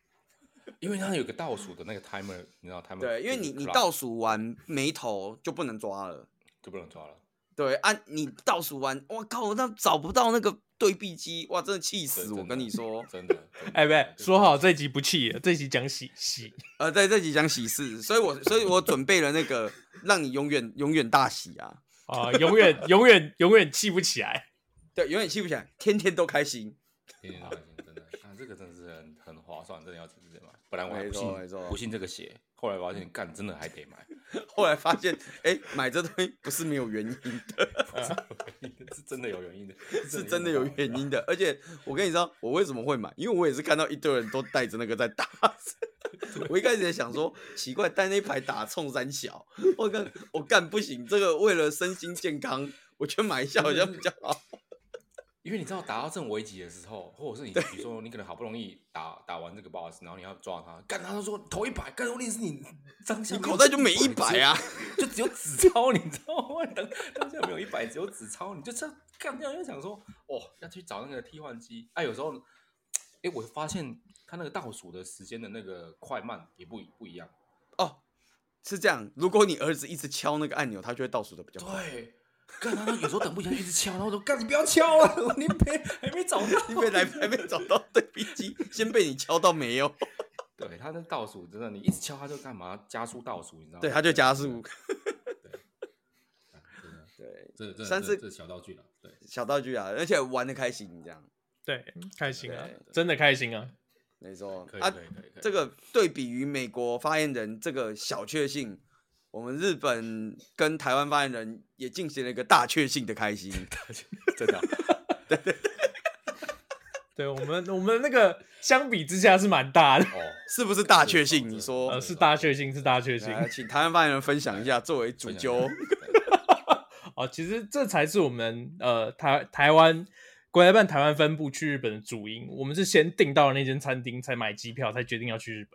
Speaker 3: 因为它有个倒数的那个 timer，你知道 timer
Speaker 2: 对，因为你你
Speaker 3: clock
Speaker 2: 倒数完没头就不能抓了。
Speaker 3: 就不能抓了，
Speaker 2: 对啊，你倒数完，我靠，那找不到那个对币机，哇，真的气死
Speaker 3: 真
Speaker 2: 我！
Speaker 3: 的
Speaker 2: 跟你说，
Speaker 3: 真的。真的
Speaker 1: [laughs] 哎，不对，
Speaker 3: 就
Speaker 1: 说好这集不气了，这集讲喜喜，
Speaker 2: 呃，在这几讲喜事，所以我所以我准备了那
Speaker 3: [laughs]
Speaker 2: 个让你永远永远大喜啊，
Speaker 1: 啊，永
Speaker 2: [laughs]
Speaker 1: 远永远永远气不起来。
Speaker 2: 对，永远气不起来，天天都开心。
Speaker 3: 天天都开心，真的。啊，这个真的是很很划算，真的要直接买。本来我还
Speaker 2: 没
Speaker 3: 不
Speaker 2: 错
Speaker 3: 信
Speaker 2: 没错，
Speaker 3: 不信这个邪，后来发现干真的还得买， [laughs]
Speaker 2: 后来发现，哎、买这东西不是没有原因，
Speaker 3: 是真的有原因的，
Speaker 2: 是真的有原因的。而且我跟你说，我为什么会买？因为我也是看到一堆人都带着那个在打。 [laughs] 我一开始也想说，奇怪，带那一排打冲三小，我干我干不行，这个为了身心健康，我觉得买一下好像比较 [laughs] 好。
Speaker 3: 因为你知道达到这种危急的时候，或者是你比如说你可能好不容易打打完这个 boss，然后你要抓他，干他就说投一百，干我定是你当下
Speaker 2: 你口袋就没一百啊，
Speaker 3: 就只有纸钞，你知道吗？当当下没有一百，只有纸钞，你就这样干掉，又想说哦要去找那个替换机，哎、有时候，哎、我发现他那个倒数的时间的那个快慢也不一不一样，
Speaker 2: 哦，是这样。如果你儿子一直敲那个按钮，他就会倒数的比较快。
Speaker 3: 对。 [laughs] 干他有时候等不及，他一直敲，然后我说：“干你不要敲啊， [laughs] 我连没还没找到， [laughs]
Speaker 2: 因为来还没找到对比机，先被你敲到没有，
Speaker 3: 对，他那倒数真的，你一直敲他就干嘛？加速倒数，你知道吗？
Speaker 2: 对，他就加速。
Speaker 3: 啊真的，
Speaker 2: 对，
Speaker 3: 这这
Speaker 2: 三
Speaker 3: 这
Speaker 2: 次
Speaker 3: 这小道具了，对，
Speaker 2: 小道具啊，而且玩的开心，这样
Speaker 1: 对，开心啊
Speaker 2: 对，
Speaker 1: 真的开心啊！
Speaker 2: 没错
Speaker 3: 可以
Speaker 2: 啊
Speaker 3: 可。以可以可以。
Speaker 2: 这个对比于美国发言人这个小确幸，我们日本跟台湾发言人也进行了一个大确幸的开心。
Speaker 3: 真的啊，
Speaker 1: 对我们我们那个相比之下是蛮
Speaker 2: [laughs]
Speaker 1: 大的，
Speaker 3: 哦，
Speaker 2: 是不是大确幸？
Speaker 3: 是
Speaker 2: 你
Speaker 1: 呃，
Speaker 2: 说，
Speaker 1: 是大血腥，是大血腥。
Speaker 2: 来，请台湾发言人分享一下，作为 [laughs] 主揪，
Speaker 1: 哦，其实这才是我们呃台台湾国台办台湾分部去日本的主因。我们是先订到了那间餐厅，才买机票，才决定要去日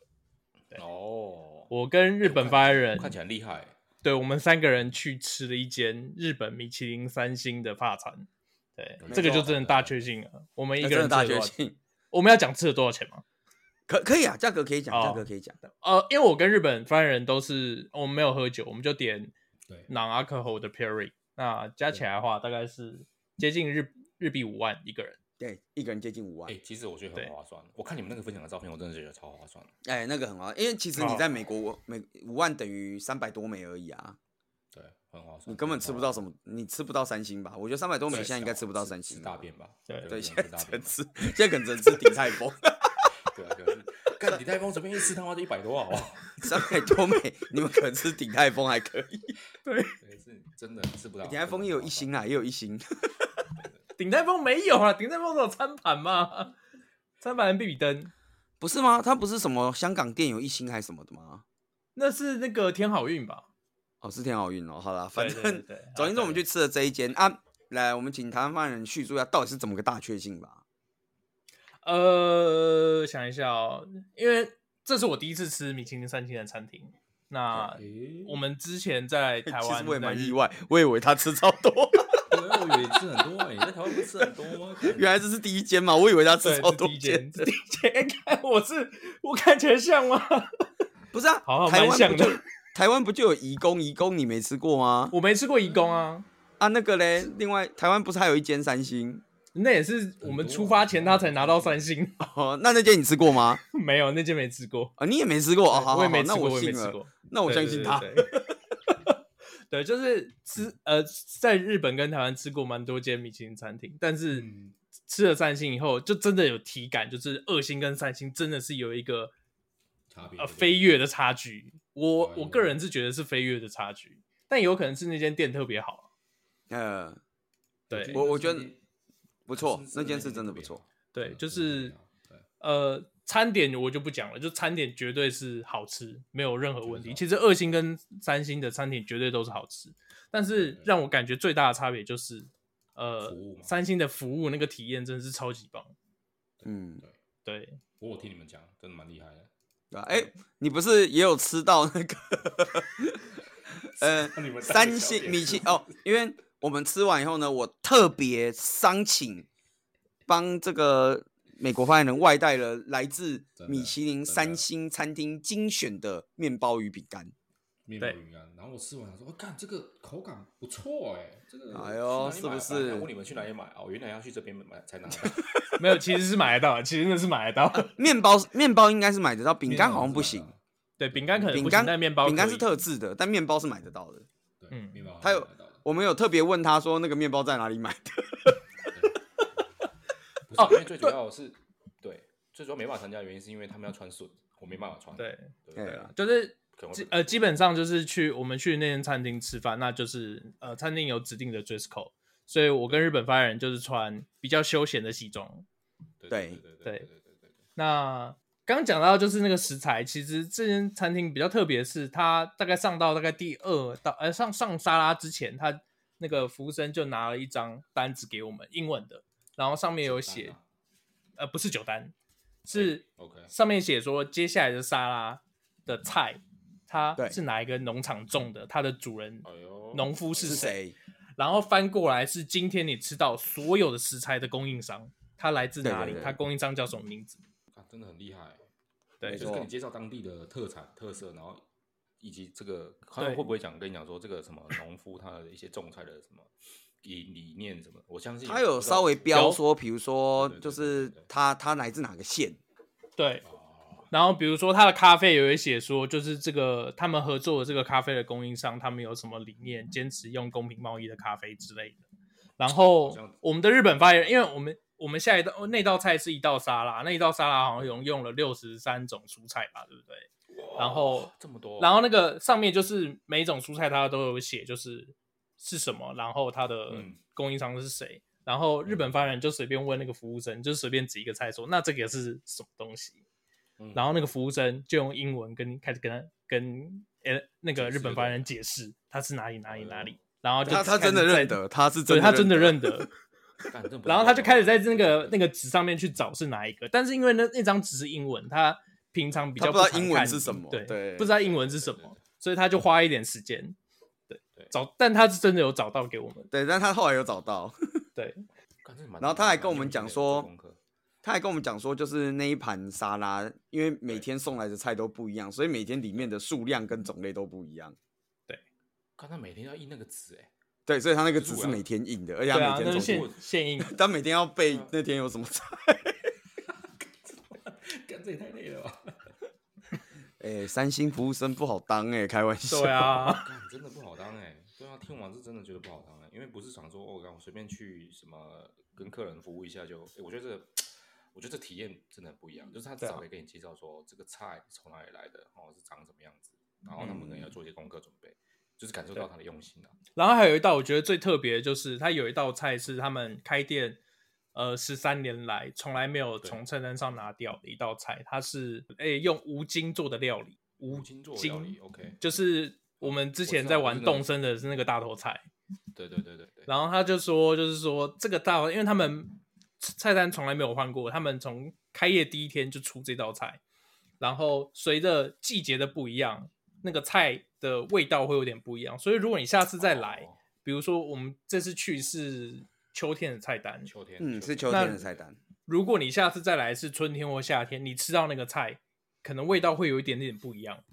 Speaker 1: 本。
Speaker 3: 哦，
Speaker 1: 我跟日本发言人，
Speaker 3: 看起来很厉害，
Speaker 1: 对我们三个人去吃了一间日本米其林三星的法餐。对
Speaker 3: 没，
Speaker 1: 这个
Speaker 2: 错
Speaker 1: 就真的大确幸了。我们一
Speaker 2: 哎真
Speaker 1: 个
Speaker 2: 的
Speaker 1: 人
Speaker 2: 大
Speaker 1: 吃了
Speaker 2: 确
Speaker 1: 多少钱
Speaker 2: 幸。
Speaker 1: 我们要讲吃了多少钱吗？
Speaker 2: 可可以啊，价格可以讲，
Speaker 1: 哦
Speaker 2: 价格可以讲。
Speaker 1: 呃，因为我跟日本发言人都是我们没有喝酒，我们就点
Speaker 3: 对，
Speaker 1: 朗阿克侯的 Perry，那加起来的话大概是接近日日币五万一个人。
Speaker 2: 对，一个人接近五万
Speaker 3: 哎，。其实我觉得很
Speaker 1: 对
Speaker 3: 划算。我看你们那个分享的照片，我真的觉得超划算。
Speaker 2: 哎，那个很好，因为其实你在美国，美五万等于三百多美而已啊，
Speaker 3: 对，很划算。
Speaker 2: 你根本吃不到什
Speaker 3: 么，
Speaker 2: 么，你吃不到三星吧？我觉得三百多美
Speaker 3: 对
Speaker 2: 现在应该吃不到三
Speaker 3: 吃
Speaker 2: 星
Speaker 3: 大
Speaker 2: 吧。
Speaker 3: 便吧？
Speaker 1: 对
Speaker 2: 对，
Speaker 3: 不
Speaker 2: 现
Speaker 3: 能
Speaker 2: 在
Speaker 3: 吃大
Speaker 2: 只
Speaker 3: 便
Speaker 2: 能。吃，现在可能只能吃鼎泰丰。
Speaker 3: 对啊，可是 [laughs] 干李泰峰随便一吃他妈就一百多，啊好不好？
Speaker 2: 三百多美，你们可能吃鼎泰丰还可以，
Speaker 3: 对，是真的吃不到。
Speaker 2: 鼎泰丰也有一星啊，也有一星。
Speaker 1: 顶泰丰没有啊，顶泰丰只有餐盘嘛，餐盘跟比比登，
Speaker 2: 不是吗？它不是什么香港店有一星还是什么的吗？
Speaker 1: 那是那个天好运吧？
Speaker 2: 哦，是天好运哦。好啦，反
Speaker 1: 对对
Speaker 2: 正
Speaker 1: 对对
Speaker 2: 总而言之，
Speaker 1: 啊
Speaker 2: 我们去吃了这一间啊。来，我们请台湾发言人叙述一下到底是怎么个大确幸吧。
Speaker 1: 呃，想一下哦，因为这是我第一次吃米其林三星的餐厅。那
Speaker 3: 诶
Speaker 1: 我们之前在台
Speaker 2: [laughs] 其
Speaker 1: 湾，
Speaker 2: 实我也蛮意。外，我以为他吃超
Speaker 1: [laughs]
Speaker 2: 多，
Speaker 3: 对啊，我以为吃很多哎，你在台湾不是吃很多吗？干
Speaker 2: [laughs] 原来这是第一间嘛，我以为他
Speaker 1: 对，
Speaker 2: 吃超
Speaker 1: 是
Speaker 2: 多
Speaker 1: 第一
Speaker 2: 间
Speaker 1: 间，。是第一间。 [laughs] 哎看我是我看起来像吗？
Speaker 2: 不是啊，
Speaker 1: 好好
Speaker 2: 台
Speaker 1: 蛮
Speaker 2: 湾
Speaker 1: 像
Speaker 2: 不
Speaker 1: 的
Speaker 2: 就台湾不就有移工？移工你没吃过吗？
Speaker 1: 我没吃过义工啊，
Speaker 2: 啊，那个嘞，另外台湾不是还有一间三星？
Speaker 1: 那也是我们出
Speaker 2: 啊
Speaker 1: 发前他才拿到三星， [laughs]
Speaker 2: 哦，那那间你吃过吗？
Speaker 1: 没有那间没吃过。
Speaker 2: 啊，你也没吃过哦，好好好，
Speaker 1: 哎我也没吃
Speaker 2: 那
Speaker 1: 过，
Speaker 2: 我
Speaker 1: 也没
Speaker 2: 信
Speaker 1: 吃
Speaker 2: 了，
Speaker 1: 过。
Speaker 2: 那我相信他。
Speaker 1: 对。对对 [laughs] 对，就是吃呃，在日本跟台湾吃过蛮多间米其林餐厅，但是
Speaker 3: 嗯
Speaker 1: 吃了三星以后，就真的有体感，就是二星跟三星真的是有一个
Speaker 3: 差别
Speaker 1: 呃
Speaker 3: 有点
Speaker 1: 飞跃的差距。我
Speaker 3: 对
Speaker 1: 我个人是觉得是飞跃的差距，但有可能是那间店特别好。
Speaker 2: 呃，
Speaker 1: 对
Speaker 2: 我我觉得
Speaker 3: 那间
Speaker 2: 不错
Speaker 3: 是，是
Speaker 2: 那间
Speaker 3: 那
Speaker 2: 是
Speaker 3: 间
Speaker 2: 真的不
Speaker 3: 特别
Speaker 2: 错
Speaker 3: 好。
Speaker 1: 对，
Speaker 3: 嗯
Speaker 1: 就
Speaker 3: 真的
Speaker 1: 是
Speaker 3: 特别好
Speaker 1: 呃，餐点我就不讲了，就餐点绝对是好吃，没有任何问题。
Speaker 3: 好
Speaker 1: 其实二星跟三星的餐点绝对都是好吃，但是让我感觉最大的差别就是，呃
Speaker 3: 服务嘛，
Speaker 1: 三星的服务那个体验真的是超级棒。
Speaker 2: 嗯，
Speaker 3: 对，
Speaker 1: 对，
Speaker 3: 我有听你们讲，真的蛮厉
Speaker 1: [laughs]
Speaker 3: 害的。
Speaker 2: 对吧？哎，你不是也有吃到那个呃
Speaker 3: 你们大
Speaker 2: 三
Speaker 3: 小
Speaker 2: 星
Speaker 3: 点
Speaker 2: 米其哦，因为我们吃完以后呢，我特别商请帮这个美国发言人外带了来自
Speaker 3: 真
Speaker 2: 米
Speaker 3: 的
Speaker 2: 其林
Speaker 3: 真的
Speaker 2: 三星餐厅精选的面包与饼干。
Speaker 3: 面包
Speaker 1: 对
Speaker 3: 鱼干，然后我吃完想
Speaker 5: 哦
Speaker 3: 说，我、看这个口感不错哎、这个
Speaker 2: 哎呦
Speaker 3: 去哪里买
Speaker 2: 是不是
Speaker 5: 我问你们去哪里买哦，原来要去这边买才拿
Speaker 2: [laughs]
Speaker 5: 到。
Speaker 1: 没有，其实是买得到，其实那是买得到。
Speaker 2: 面包面包应该是买得到，饼
Speaker 3: 面
Speaker 2: 干
Speaker 3: 包
Speaker 2: 好像
Speaker 3: 是
Speaker 2: 不
Speaker 3: 买
Speaker 2: 行
Speaker 3: 到。的
Speaker 1: 对，饼干可能
Speaker 2: 饼
Speaker 1: 不
Speaker 2: 干
Speaker 1: 行，但面包
Speaker 2: 饼干
Speaker 1: 可
Speaker 2: 是
Speaker 1: 以
Speaker 2: 特制的，但面包是买得到的。
Speaker 3: 对，
Speaker 1: 嗯
Speaker 3: 面包
Speaker 2: 它有
Speaker 3: 是买到的
Speaker 2: 我们有特别问他说那个面包在哪里买的，
Speaker 5: 不
Speaker 1: 哦
Speaker 5: 是，因为最主要是对，最主要没办法参加的原因是因为他们要穿笋，我没办法穿。
Speaker 1: 对
Speaker 5: 对
Speaker 2: 对
Speaker 5: 对
Speaker 2: 啊，
Speaker 1: 就是
Speaker 5: 可能会
Speaker 1: 基
Speaker 5: 被
Speaker 1: 呃，基本上就是去我们去那间餐厅吃饭，那就是呃，餐厅有指定的 dress code，所以我跟日本发言人就是穿比较休闲的西装。
Speaker 3: 对
Speaker 2: 对
Speaker 3: 对对对对对对
Speaker 1: 那刚讲到就是那个食材，其实这间餐厅比较特别，是它大概上到大概第二道，呃，上上沙拉之前，他那个服务生就拿了一张单子给我们，英文的，然后上面有写，
Speaker 3: 单啊
Speaker 1: 呃，不是酒单，是
Speaker 3: ，OK，
Speaker 1: 上面写说接下来的沙拉的菜，它
Speaker 2: 对哦
Speaker 1: 是哪一个农场种的，它的主人
Speaker 3: 哎呦，
Speaker 1: 农夫是
Speaker 2: 是
Speaker 1: 谁，
Speaker 2: 谁？
Speaker 1: 然后翻过来是今天你吃到所有的食材的供应商，它来自哪
Speaker 2: 对
Speaker 1: 里
Speaker 2: 对，对
Speaker 1: 它供应商叫什么名字？
Speaker 3: 啊真的很厉害，
Speaker 1: 对
Speaker 2: 没
Speaker 3: 就是跟
Speaker 2: 错
Speaker 3: 你，介绍当地的特产特色，然后以及这个他们
Speaker 1: 对
Speaker 3: 会不会讲跟你讲说这个什么农夫他的一些种菜的什么理理念什么，我相
Speaker 2: [laughs]
Speaker 3: 信
Speaker 2: 他有
Speaker 3: 不知道
Speaker 2: 稍微标
Speaker 1: 有
Speaker 2: 说，比如说
Speaker 3: 对对对
Speaker 2: 就
Speaker 3: 对
Speaker 2: 是
Speaker 3: 对对
Speaker 2: 他他来自哪个县？
Speaker 1: 对，
Speaker 3: 哦
Speaker 1: 然后比如说他的咖啡也会写说，就是这个他们合作的这个咖啡的供应商，他们有什么理念，坚持用公平贸易的咖啡之类的。然后
Speaker 3: 好像
Speaker 1: 我们的日本发言人，因为我们我们下一道哦那道菜是一道沙拉，那一道沙拉好像用用了六十三种蔬菜吧，对不对？然后
Speaker 3: 这么多，
Speaker 1: 然后那个上面就是每一种蔬菜它都有写，就是是什么，然后它的
Speaker 3: 嗯
Speaker 1: 供应商是谁。然后日本发言人就随便问那个服务生，就随便指一个菜说：“那这个是什么东西？”
Speaker 3: 嗯
Speaker 1: 然后那个服务生就用英文跟你开始跟他跟呃那个
Speaker 3: 解释
Speaker 1: 日本发言人
Speaker 3: 对
Speaker 1: 解释他是哪里哪里哪
Speaker 3: 哎
Speaker 1: 里，然后就
Speaker 2: 嗯他他
Speaker 1: 开始
Speaker 2: 真的
Speaker 1: 在
Speaker 2: 认，得，他是
Speaker 1: 对
Speaker 2: 真
Speaker 1: 他真的
Speaker 2: 得
Speaker 1: 认
Speaker 2: [laughs]
Speaker 1: 得，
Speaker 3: 干真的不是哦
Speaker 1: 然后他就开始在那
Speaker 3: 这
Speaker 1: 个那
Speaker 3: 个
Speaker 1: 个纸上面去找是哪一个，但是因为那那张纸是英文，他平常比较
Speaker 2: 他不知道
Speaker 1: 常
Speaker 2: 英文
Speaker 1: 看
Speaker 2: 是什么
Speaker 1: 对，
Speaker 2: 对
Speaker 1: 不知道英文是什
Speaker 3: 对对
Speaker 1: 么，所以他就花一点时间，对
Speaker 3: 对
Speaker 1: 找，但他是真的有找到给我们，
Speaker 2: 对，但他后来有找到，
Speaker 1: 对
Speaker 3: 干真的蛮
Speaker 2: 然后他还跟我们讲说
Speaker 3: 蛮用心的做功课
Speaker 2: 他还跟我们讲说，就是那一盘沙拉，因为每天送来的菜都不一样，所以每天里面的数量跟种类都不一样。
Speaker 3: 看他每天要印那个纸哎、
Speaker 2: 对，所以他那个
Speaker 3: 可
Speaker 2: 只
Speaker 3: 是我
Speaker 2: 是
Speaker 3: 要
Speaker 2: 每天印的，而且
Speaker 1: 对
Speaker 2: 他
Speaker 1: 啊，
Speaker 2: 每
Speaker 1: 那
Speaker 2: 天
Speaker 1: 是
Speaker 2: 重复
Speaker 1: 现现
Speaker 2: [laughs]
Speaker 1: 印，
Speaker 2: 他每天要背那天有什么菜。 [laughs]
Speaker 3: 干这也太累了吧？
Speaker 2: 哎、三星服务生不好当哎、开玩笑。
Speaker 1: 对，啊，
Speaker 3: 干真的不好当哎、对啊，听完是真的觉得不好当哎、因为不是想说哦，干我随便去什么跟客人服务一下就，哎我觉得这个，我觉得这体验真的很不一样，就是他至
Speaker 1: 对啊
Speaker 3: 少可以给你介绍说这个菜是从哪里来的，哦是长什么样子，然后他们可能
Speaker 1: 嗯
Speaker 3: 要做一些功课准备，就是感受到他的用心啊。
Speaker 1: 然后还有一道我觉得最特别的就是，它有一道菜是他们开店呃十三年来从来没有
Speaker 3: 对
Speaker 1: 从菜单上拿掉的一道菜，它是诶用吴京做的料理，
Speaker 3: 吴
Speaker 1: 吴
Speaker 3: 京做料理，OK，
Speaker 1: 就是我们之前在
Speaker 3: 我
Speaker 1: 玩
Speaker 3: 知道我
Speaker 1: 动
Speaker 3: 知道
Speaker 1: 森的是那个大头菜，
Speaker 3: 对对对对对，
Speaker 1: 然后他就说，就是说这个大头，因为他们菜单从来没有换过，他们从开业第一天就出这道菜，然后随着季节的不一样，那个菜的味道会有点不一样，所以如果你下次再来，
Speaker 3: 哦
Speaker 1: 比如说我们这次去是秋天的菜单，
Speaker 3: 秋天，
Speaker 2: 嗯，是秋
Speaker 1: 那
Speaker 2: 天的菜单。
Speaker 1: 如果你下次再来是春天或夏天，你吃到那个菜，可能味道会有一点点不一样。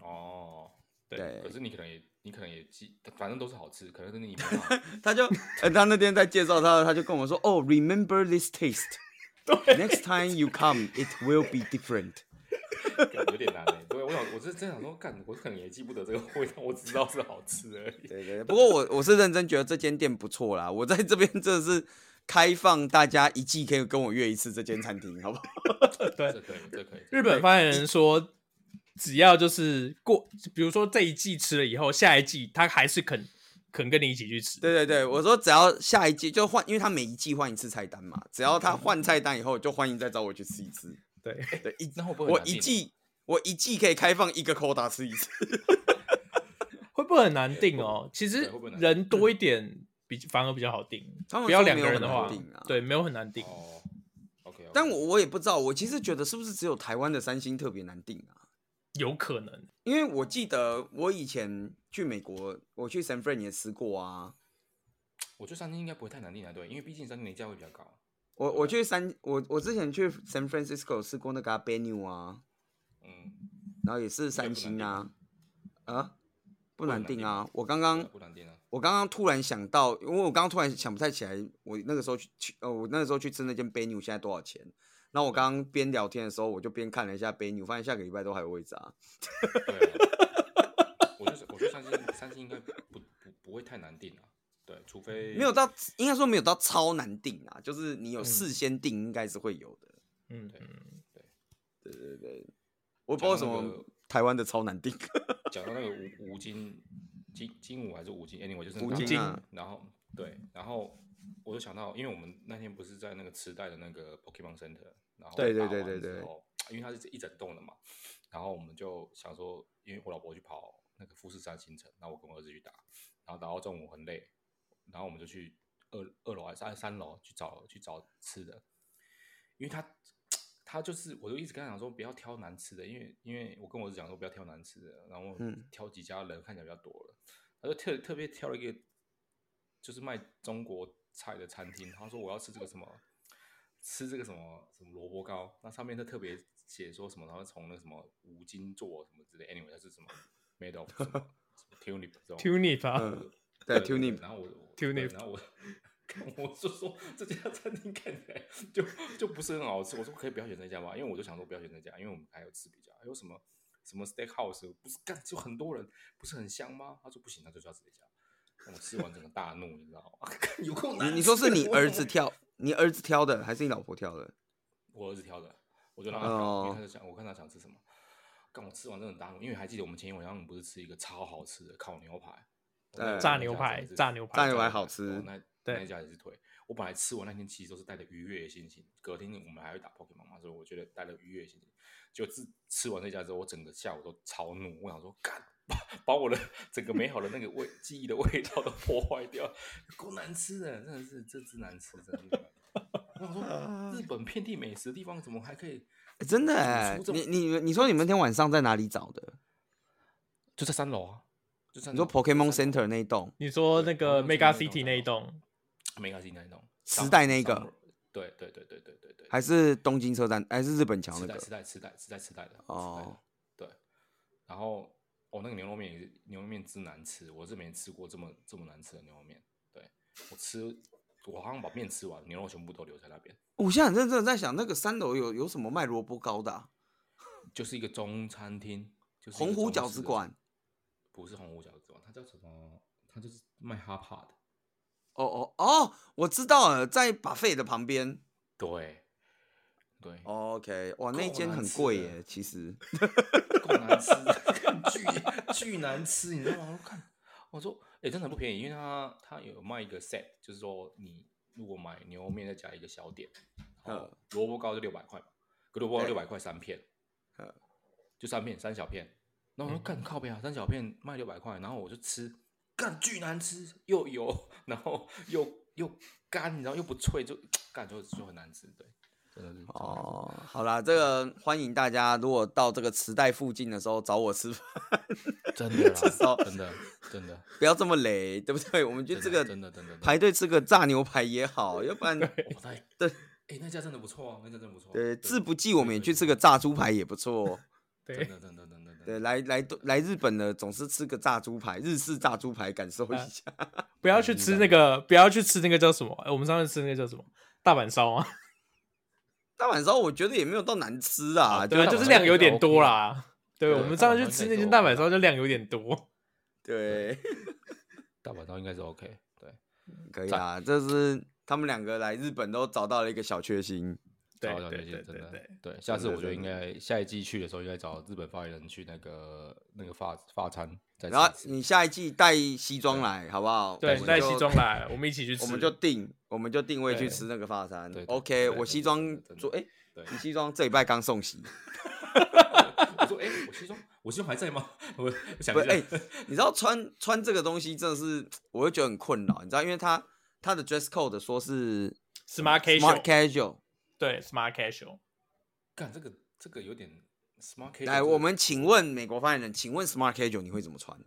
Speaker 3: 哦。
Speaker 1: 对
Speaker 2: 对
Speaker 3: 可，是你可能也，你可能也记，反正都是好吃，可能是你没办法
Speaker 2: 他就，呃，他那天在介绍他，他就跟我说，哦，remember this taste，next time you come it will be different。
Speaker 3: 干有点难哎、对，我想我是真想说，干，我可能也记不得这个味道，我只知道是好吃而
Speaker 2: [laughs]
Speaker 3: 已。
Speaker 2: 对对对，不过我我是认真觉得这间店不错啦，我在这边真的是开放大家一季可以跟我约一次这间餐厅，好不好？ [laughs]
Speaker 1: 对
Speaker 3: 这，可以，这可以。
Speaker 1: 日本发言人说，只要就是过，比如说这一季吃了以后，下一季他还是肯肯跟你一起去吃。
Speaker 2: 对对对，我说只要下一季就换，因为他每一季换一次菜单嘛，只要他换菜单以后，就欢迎再找我去吃一次。
Speaker 1: 对
Speaker 2: 对，一
Speaker 3: 那会不会很
Speaker 2: 我
Speaker 3: 难啊
Speaker 2: 一
Speaker 3: 定
Speaker 2: 季我一季可以开放一个 quota 吃一次。
Speaker 1: 会不会很难定哦？其实
Speaker 3: 对会不会难定
Speaker 1: 人多一点比反而比较好定，
Speaker 2: 他们
Speaker 1: 不要
Speaker 2: 说
Speaker 1: 两
Speaker 2: 没
Speaker 1: 个
Speaker 2: 有
Speaker 1: 人的
Speaker 2: 很难
Speaker 1: 话
Speaker 2: 定啊，
Speaker 1: 对，没有很难定。
Speaker 3: 哦，OK，,
Speaker 2: 但我我也不知道，我其实觉得是不是只有台湾的三星特别难定啊？
Speaker 1: 有可能
Speaker 2: 因为我记得我以前去美国，我去 San Fran 也吃过啊。
Speaker 3: 我觉得三星应该不会太难定啊，对，因为毕竟三星的价位比较高。
Speaker 2: 我我去三我我之前去 San Francisco 吃过那个 b e n u 啊，
Speaker 3: 嗯，
Speaker 2: 然后也是三星啊，啊不难
Speaker 3: 难定
Speaker 2: 定啊。我刚刚
Speaker 3: 不难定啊。
Speaker 2: 我刚刚突然想到，因为我刚刚突然想不太起来，我那个时候去去呃，我那个时候去吃那间 b e n u 现在多少钱？然后我刚刚边聊天的时候，我就边看了一下 b e n u 发现下个礼拜都还有位置啊。
Speaker 3: 对啊， [laughs] 我就是我觉得三星三星应该不不不会太难定啊，对，除非
Speaker 2: 没有到，应该说没有到超难定啊，就是你有事先定，应该是会有的。
Speaker 1: 嗯，
Speaker 3: 对
Speaker 1: 嗯
Speaker 2: 对对对，我不知道为什
Speaker 3: 讲到那
Speaker 2: 么
Speaker 3: 个
Speaker 2: 台湾的超难定。
Speaker 3: 讲到那个吴吴京金金武还是吴京，anyway 就是
Speaker 2: 吴
Speaker 3: 那个
Speaker 2: 京啊
Speaker 3: 然后对，然后我就想到，因为我们那天不是在那个池袋的那个 Pokemon Center，然后
Speaker 2: 对对
Speaker 3: 打
Speaker 2: 对
Speaker 3: 完
Speaker 2: 对
Speaker 3: 之
Speaker 2: 对
Speaker 3: 后，因为它是一整栋的嘛，然后我们就想说，因为我老婆去跑那个富士山行程，然后我跟我儿子去打，然后打到中午很累，然后我们就去二二楼还是三楼去找去找吃的，因为他他就是，我就一直跟他讲说不要挑难吃的，因为因为我跟我儿子讲说不要挑难吃的，然后
Speaker 2: 嗯
Speaker 3: 挑几家人看起来比较多了，他就特特别挑了一个就是卖中国菜的餐厅，他说我要吃这个什么。吃这个什么什么萝卜糕，那上面就特别写说什么，然后从那什么五金做什么之类，anyway 它是什么 made of 什么什么 tunip 这种
Speaker 1: ，Tunip 啊，
Speaker 2: 嗯， [laughs] 对，Tuning
Speaker 3: 然后我我
Speaker 1: Tunip
Speaker 3: 对然后我看我就说这家餐厅看起来就就不是很好吃，我说可以不要选这家吧，因为我就想说不要选这家，因为我们还有吃别家，还有什么什么 steakhouse 不是干就很多人不是很香吗？他说不行，那就是要吃这家。我吃完整个大怒，你知道吗？ [laughs] 有够难
Speaker 2: 你
Speaker 3: 吃。
Speaker 2: 你说是
Speaker 3: [laughs]
Speaker 2: 你
Speaker 3: 我
Speaker 2: 儿子挑，你儿子挑的还是你老婆挑的？
Speaker 3: 我儿子挑的，我就让他挑，因
Speaker 2: 哦
Speaker 3: 为他就想我看他想吃什么。刚我吃完真的大怒，因为还记得我们前一晚上我们不是吃一个超好吃的烤牛排，我那
Speaker 2: 嗯对
Speaker 1: 炸
Speaker 3: 那
Speaker 1: 牛
Speaker 3: 家
Speaker 1: 排
Speaker 3: 真的是
Speaker 1: 炸牛排
Speaker 2: 炸牛排好吃
Speaker 3: 哦那
Speaker 1: 对
Speaker 3: 那一家也是推。我本来吃完那天其实都是带着愉悦的心情，隔天我们还会打 Pokemon 嘛，所以我觉得带着愉悦的心情，就自吃完那家之后，我整个下午都超怒，我想说干。把把我的 [laughs] 整个美好的那个味记忆的味道都破坏掉，够难吃的，真的是这只难吃，真的是难吃。我想
Speaker 2: 啊
Speaker 3: 说，日本遍地美食的地方，怎么还可以？
Speaker 2: 欸真的哎、
Speaker 3: 出这
Speaker 2: 你
Speaker 3: 种
Speaker 2: 你你说你们那天晚上在哪里找的？
Speaker 3: 就在三楼啊，就在
Speaker 2: 你说 Pokemon Center 那一栋，
Speaker 1: 你说那个
Speaker 3: 对
Speaker 1: Mega
Speaker 3: 然后
Speaker 1: City
Speaker 3: 就
Speaker 1: 那
Speaker 3: 那
Speaker 1: 一
Speaker 3: 一
Speaker 1: 栋，
Speaker 3: 没关系那一栋，
Speaker 2: 时代那个
Speaker 3: 上，对对对对对对对，
Speaker 2: 还是东京车站，还是日本桥
Speaker 3: 吃
Speaker 2: 那
Speaker 3: 带
Speaker 2: 个
Speaker 3: 吃？带吃带吃带吃带的
Speaker 2: 哦，
Speaker 3: 吃带的对，然后哦那个牛肉面也是牛肉面之难吃，我是没吃过这么这么难吃的牛肉面，对我吃我好像把面吃完，牛肉全部都留在那边，
Speaker 2: 我现在很认真的在想，那个三楼有有什么卖萝卜糕的啊、
Speaker 3: 就是一个中餐厅，就是一
Speaker 2: 洪
Speaker 3: 个
Speaker 2: 湖
Speaker 3: 中
Speaker 2: 饺
Speaker 3: 式
Speaker 2: 子
Speaker 3: 的
Speaker 2: 馆。
Speaker 3: 不是红五角之王，它叫什么？它就是卖哈帕的。
Speaker 2: 哦哦哦，我知道了，在把费的旁边。
Speaker 3: 对，
Speaker 2: 哦
Speaker 3: 对，
Speaker 2: OK，哇，那
Speaker 3: 够
Speaker 2: 间
Speaker 3: 难
Speaker 2: 很
Speaker 3: 吃
Speaker 2: 贵
Speaker 3: 的
Speaker 2: 耶，其实。
Speaker 3: 够难吃的，巨巨难吃，你知道吗？我看，我说，哎、真的不便宜，因为它它有卖一个 set，就是说你如果买牛肉面再加一个小点，哦
Speaker 2: 嗯，
Speaker 3: 萝卜糕就六百块嘛，可萝卜糕
Speaker 2: 对
Speaker 3: 六百块三片
Speaker 2: 嗯，
Speaker 3: 就三片三小片，然后我说干靠边啊，三小片卖六百块，然后我就吃，干巨难吃，又油，然后又又干，你知道又不脆，就干就就很难吃，对，真的是超难吃
Speaker 2: 哦，好啦，这个欢迎大家，如果到这个池袋附近的时候找我吃饭，
Speaker 3: 真的啦，
Speaker 2: 少
Speaker 3: 真的真的，
Speaker 2: 不要这么雷，对不对？我们就
Speaker 3: 真
Speaker 2: 这
Speaker 3: 的
Speaker 2: 个
Speaker 3: 真的真的真的
Speaker 2: 排队吃个炸牛排也好，要不然
Speaker 3: 哦那
Speaker 2: 对
Speaker 3: 对，哎，那家真的不错啊，那家真的不错。
Speaker 2: 对
Speaker 3: 自
Speaker 2: 志不济，我们也去吃个炸猪排也不错。
Speaker 3: 真
Speaker 1: 对，
Speaker 3: 的真的真的真
Speaker 2: 对，
Speaker 3: 的。
Speaker 2: 来来来日本的总是吃个炸猪排，日式炸猪排感受一下。
Speaker 1: 不要去吃那个，不要去吃那个叫什么？哎我们上次吃那个叫什么？大阪烧啊，
Speaker 2: 大阪烧我觉得也没有到难吃啊，
Speaker 1: 对，
Speaker 2: 就
Speaker 1: 就是是
Speaker 2: 两
Speaker 1: 量有点多啦。 [laughs] 对，
Speaker 3: 对
Speaker 1: 我们上次
Speaker 3: 大阪
Speaker 1: 去
Speaker 3: 烧
Speaker 1: 吃
Speaker 3: 应
Speaker 1: 那
Speaker 3: 该是
Speaker 1: 间
Speaker 3: OK
Speaker 1: 大阪烧，就量有点多。
Speaker 2: 对，
Speaker 3: 大阪烧应该是 OK。对，
Speaker 2: 可以啊，这是他们两个来日本都找到了一个小确幸。
Speaker 1: 对
Speaker 3: 找到小
Speaker 1: 对
Speaker 3: 确幸
Speaker 1: 对
Speaker 3: 真
Speaker 1: 对
Speaker 3: 的
Speaker 1: 对，
Speaker 3: 对，下次
Speaker 2: 真的
Speaker 3: 我觉得应
Speaker 2: 真
Speaker 3: 该下一季去的时候应该找日本发言人去那个那个发发餐再吃
Speaker 2: 然后
Speaker 3: 一次。
Speaker 2: 你下一季带西装来，好不好？
Speaker 1: 对，
Speaker 2: 我们
Speaker 1: 带
Speaker 2: 就
Speaker 1: 西装，来，我们一起去吃。
Speaker 2: 我们就定，我们就定位去
Speaker 1: 对
Speaker 2: 吃那个发餐
Speaker 3: 对。对
Speaker 2: OK，
Speaker 3: 对
Speaker 2: 我
Speaker 3: 对
Speaker 2: 西
Speaker 3: 对
Speaker 2: 装
Speaker 3: 对对
Speaker 2: 昨哎，
Speaker 3: 对 [laughs]
Speaker 2: 你西装这礼拜刚送洗，
Speaker 4: 我说哎、我西装，我西装还在
Speaker 3: [laughs]
Speaker 4: 吗？我我想
Speaker 2: 不
Speaker 4: 一
Speaker 2: 是
Speaker 4: 下，
Speaker 2: 哎，你知道穿穿这个东西真的是，我会觉得很困扰，你知道，因为他他的 dress code 说是
Speaker 1: smart casual，
Speaker 2: smart casual。
Speaker 1: 对 smart casual。
Speaker 4: 干这个这个有点 smart casual。
Speaker 2: 来，我们请问美国发言人，请问 smart casual 你会怎么
Speaker 1: [laughs]
Speaker 2: 穿？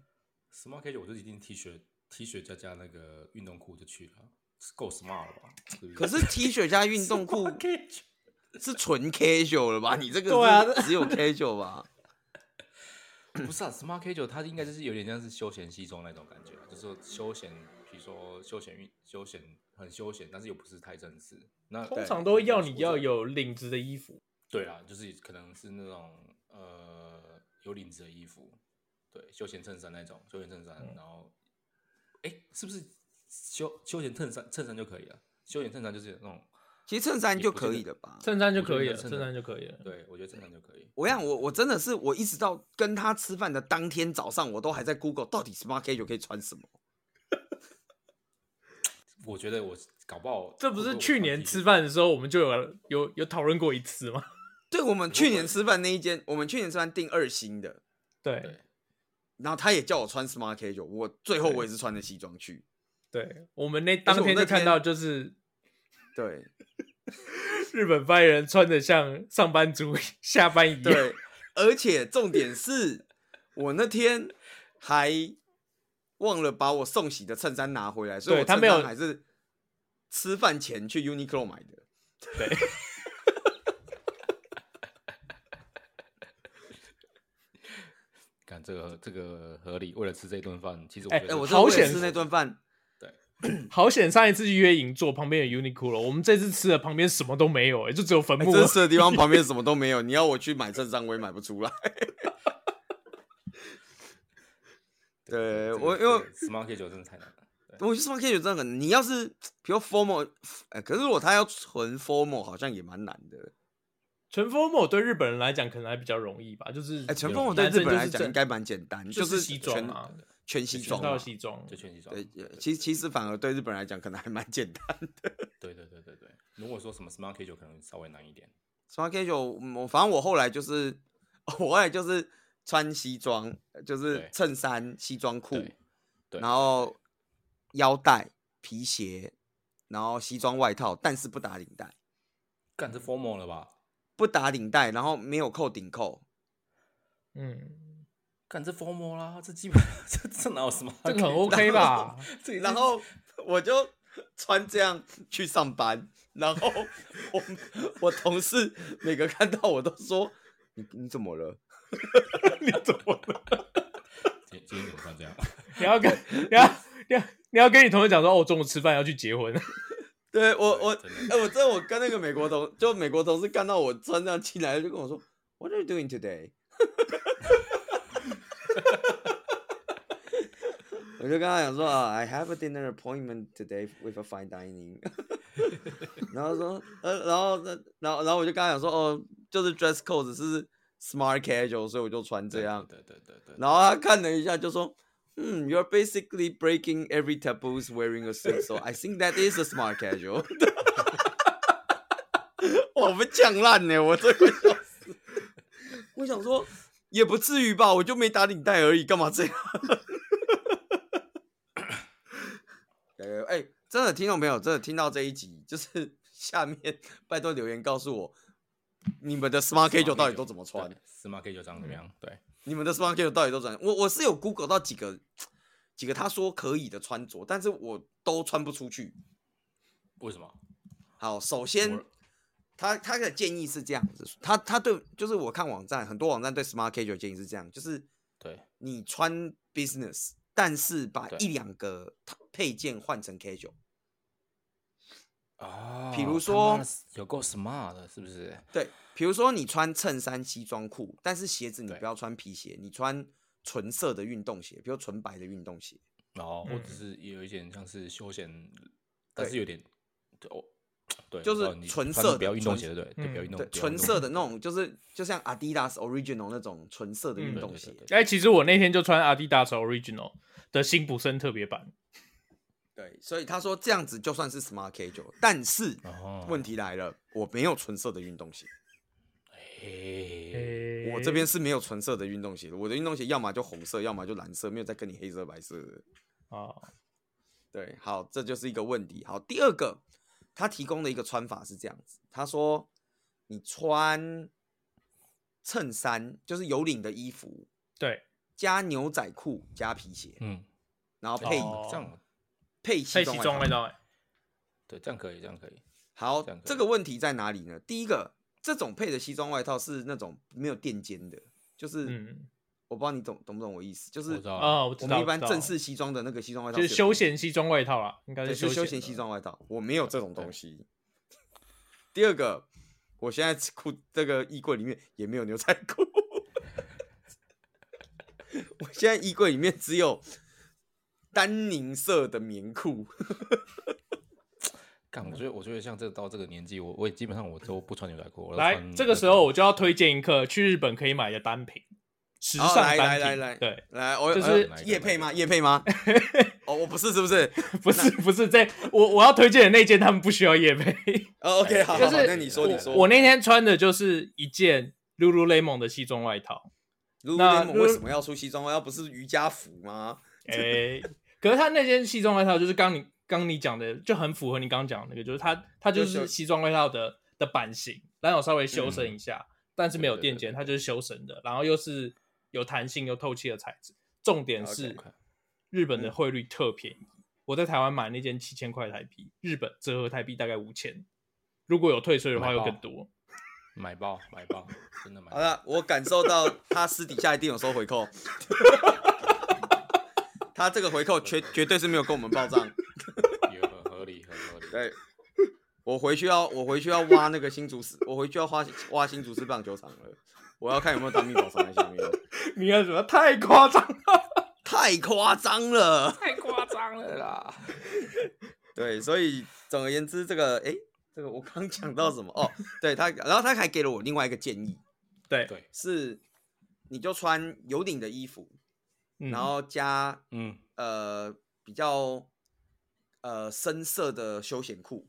Speaker 4: smart casual 我就一定 T 恤 T 恤加加那个运动裤就去了，够 smart 了吧？
Speaker 2: 可是 T 恤加运
Speaker 1: [laughs]
Speaker 2: 动
Speaker 3: [laughs]
Speaker 2: 裤是纯 casual 了吧？你这个
Speaker 1: 对啊
Speaker 2: 是只有 casual 吧？
Speaker 1: [clears throat]
Speaker 4: 不是啊，smart casual 它应该就是有点像是休闲西装那种感觉啊，就是说休闲，比如说休闲运休闲很休闲，但是又不是太正式。那
Speaker 1: 通
Speaker 2: 对
Speaker 1: 常都会要你
Speaker 4: 我觉得
Speaker 1: 要有领子的衣服，
Speaker 4: 对啦，就是可能是那种呃有领子的衣服，对，休闲衬衫那种，休闲衬衫，
Speaker 1: 嗯
Speaker 4: 然后，哎、是不是休休闲衬衫衬衫就可以了？休闲衬衫就是那种，
Speaker 2: 其实衬衫
Speaker 4: 也
Speaker 2: 就
Speaker 4: 不是
Speaker 2: 可
Speaker 4: 个
Speaker 2: 以了吧？
Speaker 1: 衬衫就
Speaker 4: 我觉得
Speaker 1: 可以
Speaker 4: 应
Speaker 1: 了，
Speaker 4: 该
Speaker 1: 衬
Speaker 4: 衬
Speaker 1: 衫
Speaker 4: 衫
Speaker 1: 就可以了。
Speaker 4: 对我觉得衬衫就可以。
Speaker 2: 我想我我真的是我一直到跟他吃饭的当天早上，我都还在 Google 到底 smart casual 可以穿什么。
Speaker 4: 我觉得我搞不好
Speaker 1: 这不
Speaker 4: 会
Speaker 1: 是
Speaker 4: 会
Speaker 1: 去
Speaker 4: 我
Speaker 1: 年
Speaker 4: 穿 T
Speaker 1: 吃
Speaker 4: 恤
Speaker 1: 饭的时候我们就有有有讨论过一次吗？ [laughs]
Speaker 2: 对我们去年吃饭那一间，我们去年吃饭订二星的，
Speaker 1: 对
Speaker 4: 对
Speaker 2: 然后他也叫我穿 smart casual，我最后
Speaker 1: 对
Speaker 2: 我也是穿的西装去。
Speaker 1: 对，我们那当天
Speaker 2: 那
Speaker 1: 就
Speaker 2: 天
Speaker 1: 看到就是
Speaker 2: 对
Speaker 1: 日本发言人穿的像上班族 [laughs] 下班一样，
Speaker 2: 对，而且重点是我那天还忘了把我送洗的衬衫拿回来，所以
Speaker 1: 对
Speaker 2: 我
Speaker 1: 他
Speaker 2: 衬
Speaker 1: 没有
Speaker 2: 衫还是吃饭前去 Uniqlo 买的。
Speaker 1: 对，
Speaker 3: 看这个这个合理，为了吃这顿饭，其实我
Speaker 1: 哎
Speaker 3: 觉
Speaker 2: 哎，
Speaker 3: 得
Speaker 2: 我
Speaker 1: 好
Speaker 2: 真的为
Speaker 1: 险
Speaker 2: 了吃那顿饭，
Speaker 1: 好险！上一次去约影座旁边有 Uniqlo，我们这次吃了旁边什么都没有、哎，就只有坟
Speaker 2: 哎
Speaker 1: 墓。
Speaker 2: 真实的地方旁边什么都
Speaker 1: [laughs]
Speaker 2: 没有，你要我去买衬衫我也买不出来。 [laughs] 对
Speaker 4: 这个
Speaker 2: 我
Speaker 4: 这个
Speaker 2: 因为
Speaker 4: smart casual 真的太难了。
Speaker 2: 我觉得 smart casual 真的很，你要是比如 formal，哎、可是如果他要纯 formal，好像也蛮难的。
Speaker 1: 全 formal 对日本人来讲可能还比较容易吧，就是
Speaker 2: 哎、纯
Speaker 1: 有
Speaker 2: formal 对
Speaker 1: 男
Speaker 2: 日
Speaker 1: 生
Speaker 2: 本人
Speaker 1: 就
Speaker 2: 来
Speaker 1: 是
Speaker 2: 讲
Speaker 1: 正
Speaker 2: 应该蛮简单，
Speaker 1: 就是
Speaker 2: 是
Speaker 1: 西装嘛，
Speaker 2: 全西装
Speaker 1: 全套
Speaker 2: 嘛。
Speaker 1: 西装
Speaker 4: 就。全西装，
Speaker 2: 对，
Speaker 4: 对
Speaker 2: 呃其其实反而对日本人来讲可能还蛮简单。
Speaker 4: 对对对对对。如果说什么 smart casual 可能稍微难一点，
Speaker 2: smart casual，嗯我反正我后来就是，我后来就是穿西装，就是
Speaker 4: 对
Speaker 2: 衬衫、西装裤，
Speaker 4: 对对
Speaker 2: 然后腰带、皮鞋，然后西装外套，但是不打领带，
Speaker 4: 干这 formal 了吧？
Speaker 2: 不打领带，然后没有扣顶扣，
Speaker 1: 嗯，
Speaker 4: 干这 formal 啦，这基本 [laughs] 这这哪有 smart？
Speaker 1: 这个
Speaker 4: casual
Speaker 1: 很 OK 吧？
Speaker 2: [laughs]
Speaker 1: [laughs]
Speaker 4: 这
Speaker 2: 然后我就穿这样去上班，然后我 [laughs] 我同事每个看到我都说你你怎么了？
Speaker 1: 你怎么了？
Speaker 4: 今今天怎么穿这样？
Speaker 1: 你要跟你要你要你要跟你同事讲说，哦，我中午吃饭要去结婚。 [laughs]
Speaker 2: 对我我
Speaker 4: 对
Speaker 2: 哎、我真的我跟那个美国同就美国同事看到我穿这样进来就跟我说 What are you doing today？我就跟他讲说啊，I have a dinner appointment today with a fine dining 。 [laughs] 然后说，呃，然后，然后，然后我就跟他讲说，哦，就是 dress code 是 smart casual，所以我就穿这样。
Speaker 4: 对对对对对。
Speaker 2: 然后他看了一下，就说：“嗯，You're basically breaking every taboos wearing a suit, so I think that is a smart casual 。”我被呛烂呢，我这个笑死。我想说，也不至于吧，我就没打领带而已，干嘛这 [laughs] 样？呃，哎，真的听众朋友，真的听到这一集，就是下面拜托留言告诉我，你们的 smart casual 到底都怎么穿？嗯
Speaker 4: ？smart casual 长怎么样？对，
Speaker 2: 你们的 smart casual 到底都怎样？我我是有 Google 到几个几个他说可以的穿着，但是我都穿不出去。
Speaker 4: 为什么？
Speaker 2: 好，首先他他的建议是这样子，他他对就是我看网站很多网站对 smart casual 建议是这样，就是
Speaker 4: 对
Speaker 2: 你穿 business，但是把
Speaker 4: 对
Speaker 2: 一两个配件换成 casual。
Speaker 3: 哦，
Speaker 2: 比如
Speaker 3: 他
Speaker 2: 说
Speaker 3: 妈的有够 smart 的，是不是？
Speaker 2: 对，比如说你穿衬衫、西装裤，但是鞋子你
Speaker 3: 对
Speaker 2: 不要穿皮鞋，你穿纯色的运动鞋，比如纯白的运动鞋。
Speaker 3: 然后或者
Speaker 1: 嗯
Speaker 3: 是也有一点像是休闲，但
Speaker 2: 对
Speaker 3: 是有点，对哦，对，
Speaker 2: 就
Speaker 3: 我知
Speaker 2: 是
Speaker 3: 道你
Speaker 2: 纯
Speaker 3: 反
Speaker 2: 色
Speaker 3: 正不要
Speaker 2: 的
Speaker 3: 运动
Speaker 2: 纯
Speaker 3: 鞋，对，对，不要
Speaker 1: 嗯
Speaker 3: 运
Speaker 2: 对，
Speaker 3: 动，不要
Speaker 2: 纯
Speaker 3: 运动
Speaker 2: 色
Speaker 3: 鞋
Speaker 2: 的那种，就是就像 Adidas Original 那种纯色的
Speaker 1: 嗯
Speaker 2: 运
Speaker 1: 对
Speaker 2: 动
Speaker 3: 对
Speaker 2: 鞋
Speaker 3: 对。对
Speaker 1: 哎、其实我那天就穿 Adidas Original 的辛普森特别版，
Speaker 2: 对，所以他说这样子就算是 Smart Casual，但是 [laughs]
Speaker 3: 哦
Speaker 2: 问题来了，我没有纯色的运动鞋，
Speaker 3: 嘿，
Speaker 1: 诶，
Speaker 2: 我这边是没有纯色的运动鞋的，我的运动鞋要么就红色，要么就蓝色，没有再跟你黑色、白色的。
Speaker 1: 啊，
Speaker 2: 对，好，这就是一个问题。好，第二个，他提供的一个穿法是这样子，他说你穿衬衫，就是有领的衣服，
Speaker 1: 对，
Speaker 2: 加牛仔裤，加皮鞋，
Speaker 3: 嗯，
Speaker 2: 然后
Speaker 3: 哦
Speaker 2: 配、
Speaker 1: 哦
Speaker 3: 这样，
Speaker 2: 配
Speaker 1: 配
Speaker 2: 西
Speaker 1: 西
Speaker 2: 装
Speaker 1: 装
Speaker 2: 外
Speaker 1: 外套、
Speaker 2: 套。
Speaker 1: 欸，
Speaker 3: 对，这样可以，这样可以，
Speaker 2: 好，
Speaker 3: 这样可
Speaker 2: 这
Speaker 3: 以
Speaker 2: 个问题在哪里呢？第一个，这种配的西装外套是那种没有垫肩的，就是、
Speaker 1: 嗯，
Speaker 2: 我不知道你懂懂不懂我意思，就
Speaker 3: 我
Speaker 2: 是
Speaker 3: 知道了，
Speaker 1: 啊，我知
Speaker 2: 我
Speaker 1: 道，
Speaker 2: 们一般
Speaker 1: 我知道
Speaker 2: 正式西装的那个西装外套
Speaker 1: 就是
Speaker 2: 有
Speaker 1: 休
Speaker 2: 垫
Speaker 1: 闲西装外套啦，应该
Speaker 2: 对，
Speaker 1: 休
Speaker 2: 是休
Speaker 1: 闲
Speaker 2: 闲
Speaker 1: 的
Speaker 2: 西，装外套，我没有这种东西。第二个，我现在裤这个衣柜里面也没有牛仔裤， [laughs] 我现在衣柜里面只有丹宁色的棉裤。
Speaker 3: 干，我觉得，我觉得像这到这个年纪，我我也基本上我都不穿牛仔裤，我都
Speaker 1: 来
Speaker 3: 穿，
Speaker 1: 这个
Speaker 3: 那
Speaker 1: 时候我就要推荐一个去日本可以买的单品，时
Speaker 2: 好
Speaker 1: 尚
Speaker 2: 哦来
Speaker 1: 单品，
Speaker 2: 来来来
Speaker 1: 对，
Speaker 2: 来，我呃
Speaker 1: 就是
Speaker 2: 叶配吗？叶配吗？ [laughs] 哦，我不是，是不是？
Speaker 1: 不是不是这我我要推荐的那件，他们不需要夜
Speaker 2: [laughs]
Speaker 1: 配，
Speaker 2: 哦，OK，好，
Speaker 1: 哎就
Speaker 2: 好，好
Speaker 1: 是
Speaker 2: 那你说，你说，
Speaker 1: 我我那天穿的就是一件 Lululemon 的西装外套，
Speaker 2: 如
Speaker 1: 那
Speaker 2: 为什么要出西装外套？不是瑜伽服吗？
Speaker 1: [laughs] 哎、可是他那件西装外套就是刚你刚你讲的，就很符合你刚刚讲的那个，就是它它就
Speaker 2: 就是
Speaker 1: 西装外套的的版型，然后稍微修身一下，但是没有垫肩，它就是修身的，然后又是有弹性又透气的材质。重点是
Speaker 2: OK
Speaker 1: 日本的汇率特便宜，我在台湾买那件七千块台币，日本折合台币大概五千，如果有退税的话
Speaker 3: 买
Speaker 1: 又
Speaker 3: 爆
Speaker 1: 更多。
Speaker 3: 买包买包，真的买
Speaker 2: 好
Speaker 3: 爆。
Speaker 2: 了，我感受到他私底下一定有收回扣， [laughs] 他这个回扣绝绝对是没有跟我们报账。
Speaker 3: 也很合理，很合理。
Speaker 2: 对，我回去要我回去要挖那个新竹市，我回去要挖挖新竹市棒球场了，我要看有没有当密保藏在下面。
Speaker 1: 你看什么？太夸张了，
Speaker 2: 太夸张了，
Speaker 1: 太夸张了。
Speaker 3: 对啦，
Speaker 2: 对，所以总而言之，这个诶，这个我刚讲到什么？哦，对他，然后他还给了我另外一个建议，
Speaker 1: 对，
Speaker 3: 对，
Speaker 2: 是你就穿有领的衣服，
Speaker 1: 嗯
Speaker 2: 然后加
Speaker 3: 嗯，
Speaker 2: 呃比较呃深色的休闲裤，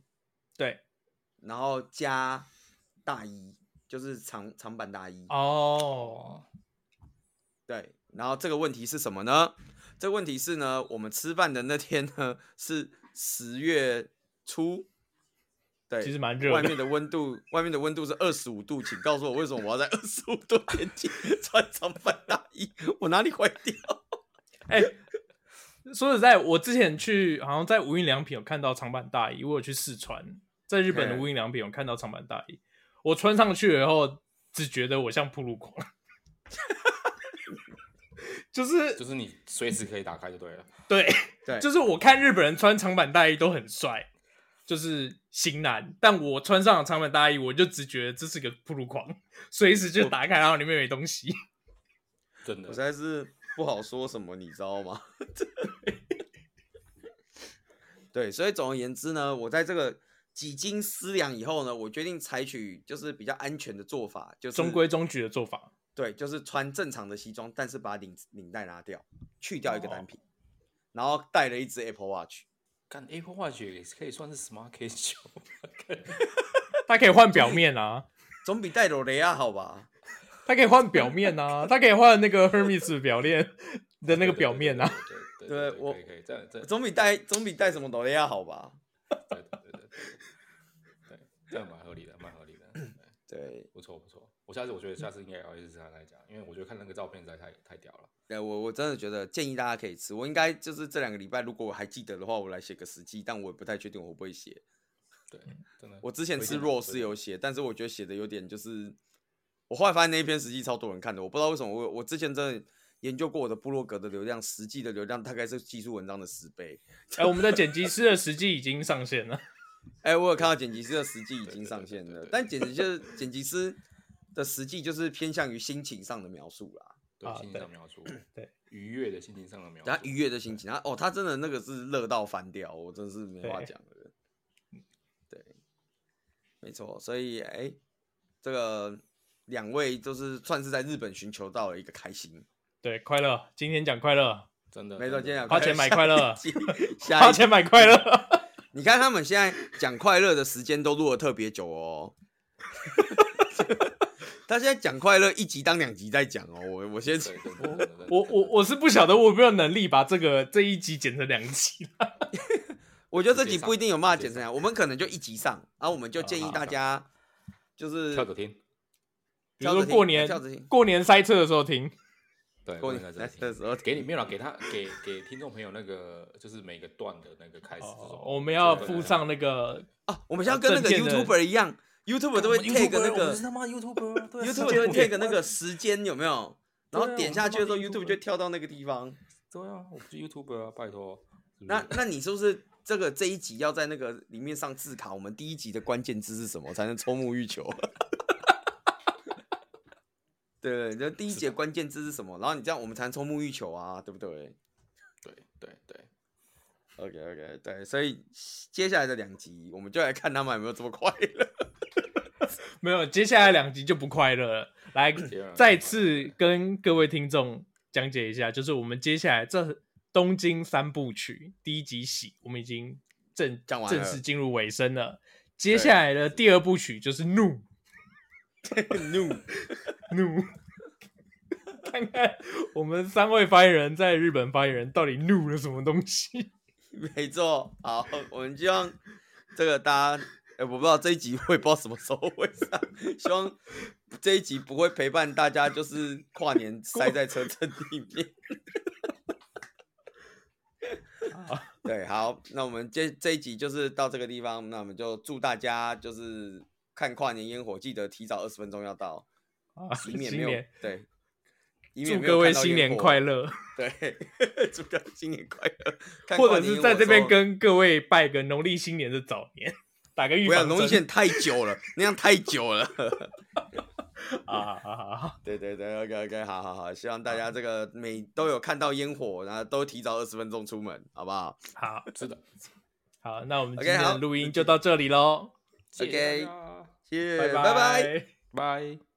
Speaker 1: 对
Speaker 2: 然后加大衣，就是长长版大衣。
Speaker 1: 哦，
Speaker 2: 对，然后这个问题是什么呢？这个问题是呢，我们吃饭的那天呢是十月初，对，
Speaker 1: 其实蛮热
Speaker 2: 外
Speaker 1: 的
Speaker 2: 面的温度， [laughs] 外面的温度是二十五度，请告诉我为什么我要在二十五度天气穿长版大衣？我哪里坏掉？
Speaker 1: 哎、 [laughs] 说实在，我之前去好像在无印良品有看到长版大衣，我有去试穿，在日本的
Speaker 2: 嗯
Speaker 1: 无印良品有看到长版大衣，我穿上去以后，只觉得我像铺路狂， [laughs] 就是
Speaker 3: 就是你随时可以打开就对了。
Speaker 1: 对， [laughs]
Speaker 2: 对
Speaker 1: 就是我看日本人穿长版大衣都很帅，就是型男，但我穿上了长版大衣，我就只觉得这是个铺路狂， [laughs] 随时就打开，然后里面没东西。
Speaker 3: 真
Speaker 2: 我
Speaker 3: 的
Speaker 2: 实，在是不好说什么，你知道吗？ [laughs] 对，所以总而言之呢，我在这个几经思量以后呢，我决定采取就是比较安全的做法，就是
Speaker 1: 中规中矩的做法，
Speaker 2: 对，就是穿正常的西装，但是把领领带拿掉，去掉一
Speaker 1: 哦
Speaker 2: 个单品，然后带了一只 Apple Watch。
Speaker 3: 干 Apple Watch 也是可以算是 Smart K 九，
Speaker 1: [laughs] 它可以换表面啊。
Speaker 2: 总比戴罗雷亚好吧？
Speaker 1: 它可以换表面 [laughs] 啊，它可以换那个 Hermes 表链的那个表面 [laughs] 啊。
Speaker 3: 对。对
Speaker 2: 对
Speaker 3: 对对
Speaker 2: 我
Speaker 3: 对，可以可以，这样这样
Speaker 2: 总比戴总比戴什么罗雷亚好吧？
Speaker 3: 对对对对对对，这样蛮合理的，蛮合理的，对
Speaker 2: 对，
Speaker 3: 不错不错。我下次我觉得下次应该也要一直跟他来讲，因为我觉得看那个照片实在太太屌了。
Speaker 2: 对我我真的觉得建议大家可以吃。我应该就是这两个礼拜，如果我还记得的话，我来写个实际，但我也不太确定我会不会写。
Speaker 3: 对，
Speaker 1: 嗯
Speaker 3: 真的。
Speaker 2: 我之前
Speaker 3: 推
Speaker 2: 吃
Speaker 3: 荐的
Speaker 2: raw
Speaker 3: 推
Speaker 2: 是
Speaker 3: 荐
Speaker 2: 有写，但是我觉得写的有点就是，我后来发现那一篇实际超多人看的，我不知道为什么我我之前真的研究过我的部落格的流量，实际的流量大概是技术文章的十倍。
Speaker 1: 哎、我们的剪辑师的实际已经上线了，
Speaker 2: 哎、我有看到剪辑师的实际已
Speaker 4: 对
Speaker 2: 经
Speaker 4: 对
Speaker 2: 上
Speaker 4: 对
Speaker 2: 线
Speaker 4: 对
Speaker 2: 了
Speaker 4: 对，
Speaker 2: 但剪辑就是剪辑师的实际就是偏向于心情上的描述啦，
Speaker 1: 啊
Speaker 4: 对心情
Speaker 1: 对
Speaker 4: 上描述，
Speaker 1: 对
Speaker 4: 愉悦的心情上的描述，
Speaker 2: 他愉悦的心情，他哦，他真的那个是乐到翻掉，我真是没话
Speaker 1: 对
Speaker 2: 讲了。对，没错，所以哎、这个两位都是算是在日本寻求到了一个开心，
Speaker 1: 对，快乐，今天讲快乐，
Speaker 4: 真
Speaker 3: 嗯
Speaker 4: 的
Speaker 2: 没错，
Speaker 4: 真的
Speaker 2: 今天讲
Speaker 1: 花钱买快 [laughs] 乐，
Speaker 2: 下
Speaker 1: 花
Speaker 2: 一集
Speaker 1: 钱买快乐。 [laughs]
Speaker 2: 你看他们现在讲快乐的时间都录的特别久哦。 [laughs] 他现在讲快乐一集当两集在讲哦，我我先
Speaker 4: 对真的真的真的
Speaker 1: 我我我是不晓得我有没有能力把这个这一集剪成两
Speaker 2: [laughs]
Speaker 1: 集。
Speaker 2: 我觉得这
Speaker 4: 直接
Speaker 2: 集
Speaker 4: 上
Speaker 2: 不一定有办法
Speaker 4: 直
Speaker 2: 剪
Speaker 4: 接
Speaker 2: 成啊，我们可能就一集上，然后我们就建议大家就是
Speaker 4: 跳着听，
Speaker 1: 比如说
Speaker 2: 跳着听
Speaker 1: 过年
Speaker 2: 跳着听
Speaker 1: 过年塞车的时候听，
Speaker 4: 对，
Speaker 2: 过
Speaker 4: 我应该
Speaker 2: 年
Speaker 4: 这么
Speaker 2: 的
Speaker 4: 听
Speaker 2: 的时候
Speaker 4: 给你没有了，给他给给听众朋友那个，就是每个段的那个开始这种。
Speaker 1: 哦我们要附上那个
Speaker 2: 啊，我们现在跟那个
Speaker 1: 证件的
Speaker 2: YouTuber 一样，YouTuber 都会 take 那个
Speaker 4: 他妈
Speaker 3: 啊
Speaker 4: YouTuber，对
Speaker 2: YouTuber 都会 take 那个时间有没有？
Speaker 4: 对
Speaker 2: 然后
Speaker 4: 啊
Speaker 2: 点
Speaker 4: 我
Speaker 2: 下
Speaker 4: 他
Speaker 2: 去的时
Speaker 4: 妈
Speaker 2: 候
Speaker 4: YouTuber
Speaker 2: ，YouTube 就跳到那个地方。
Speaker 4: 对啊，我不是 YouTuber 啊，拜托。是不
Speaker 2: 那
Speaker 3: 嗯
Speaker 4: 是
Speaker 2: 那你是不是这个这一集要在那个里面上字卡？我们第一集的关键字是什么才能抽沐浴球？ [laughs] 对，就第一节关键字是什么？然后你这样我们才能抽沐浴球啊，对不对
Speaker 4: 对对对，
Speaker 2: ？OK OK，对，所以接下来的两集我们就来看他们有没有这么快乐。
Speaker 1: 没有，接下来两集就不快乐了。来
Speaker 2: 啊
Speaker 4: 下来，
Speaker 1: 再次跟各位听众讲解一下，就是我们接下来这东京三部曲第一集喜，我们已经正
Speaker 2: 讲完了
Speaker 1: 正式进入尾声了。接下来的第二部曲就是怒
Speaker 2: no，
Speaker 1: 怒， [laughs] 看看我们三位发言人在日本发言人到底怒了什么东西。
Speaker 2: [laughs] 没错，好，我们希望这个大家，哎、我不知道这一集会不知道什么时候会上，希望这一集不会陪伴大家，就是跨年塞在车阵里面。对，好，那我们这这一集就是到这个地方，那我们就祝大家就是看跨年烟火，记得提早二十分钟要到，
Speaker 1: 啊
Speaker 2: 以免没
Speaker 1: 新
Speaker 2: 有
Speaker 1: 年，
Speaker 2: 对，以免
Speaker 1: 祝
Speaker 2: 没有
Speaker 1: 各位
Speaker 2: 看到
Speaker 1: 新
Speaker 2: 烟
Speaker 1: 年
Speaker 2: 火
Speaker 1: 快，乐，
Speaker 2: 对， [laughs] 祝大家新年快乐，看
Speaker 1: 或
Speaker 2: 跨
Speaker 1: 者
Speaker 2: 年
Speaker 1: 是
Speaker 2: 烟
Speaker 1: 在
Speaker 2: 火
Speaker 1: 这
Speaker 2: 的时
Speaker 1: 边
Speaker 2: 候
Speaker 1: 跟各位拜个农历新年的早年，打个预
Speaker 2: 不要
Speaker 1: 防
Speaker 2: 容易
Speaker 1: 针
Speaker 2: 线太久了，那样太久了。 [laughs]
Speaker 1: 啊好好好，
Speaker 2: 对对对，OK OK，好好好，希望大家这个每都有看到烟火，然后都提早二十分钟出门，好不好
Speaker 1: 好
Speaker 4: 是的。
Speaker 1: 好，那我们
Speaker 2: OK，
Speaker 1: 今天
Speaker 2: 好
Speaker 1: 的录音就到这里喽，
Speaker 4: [laughs] 谢谢大家
Speaker 2: 谢谢，
Speaker 1: 拜
Speaker 2: 拜拜。
Speaker 1: 拜。
Speaker 4: 拜。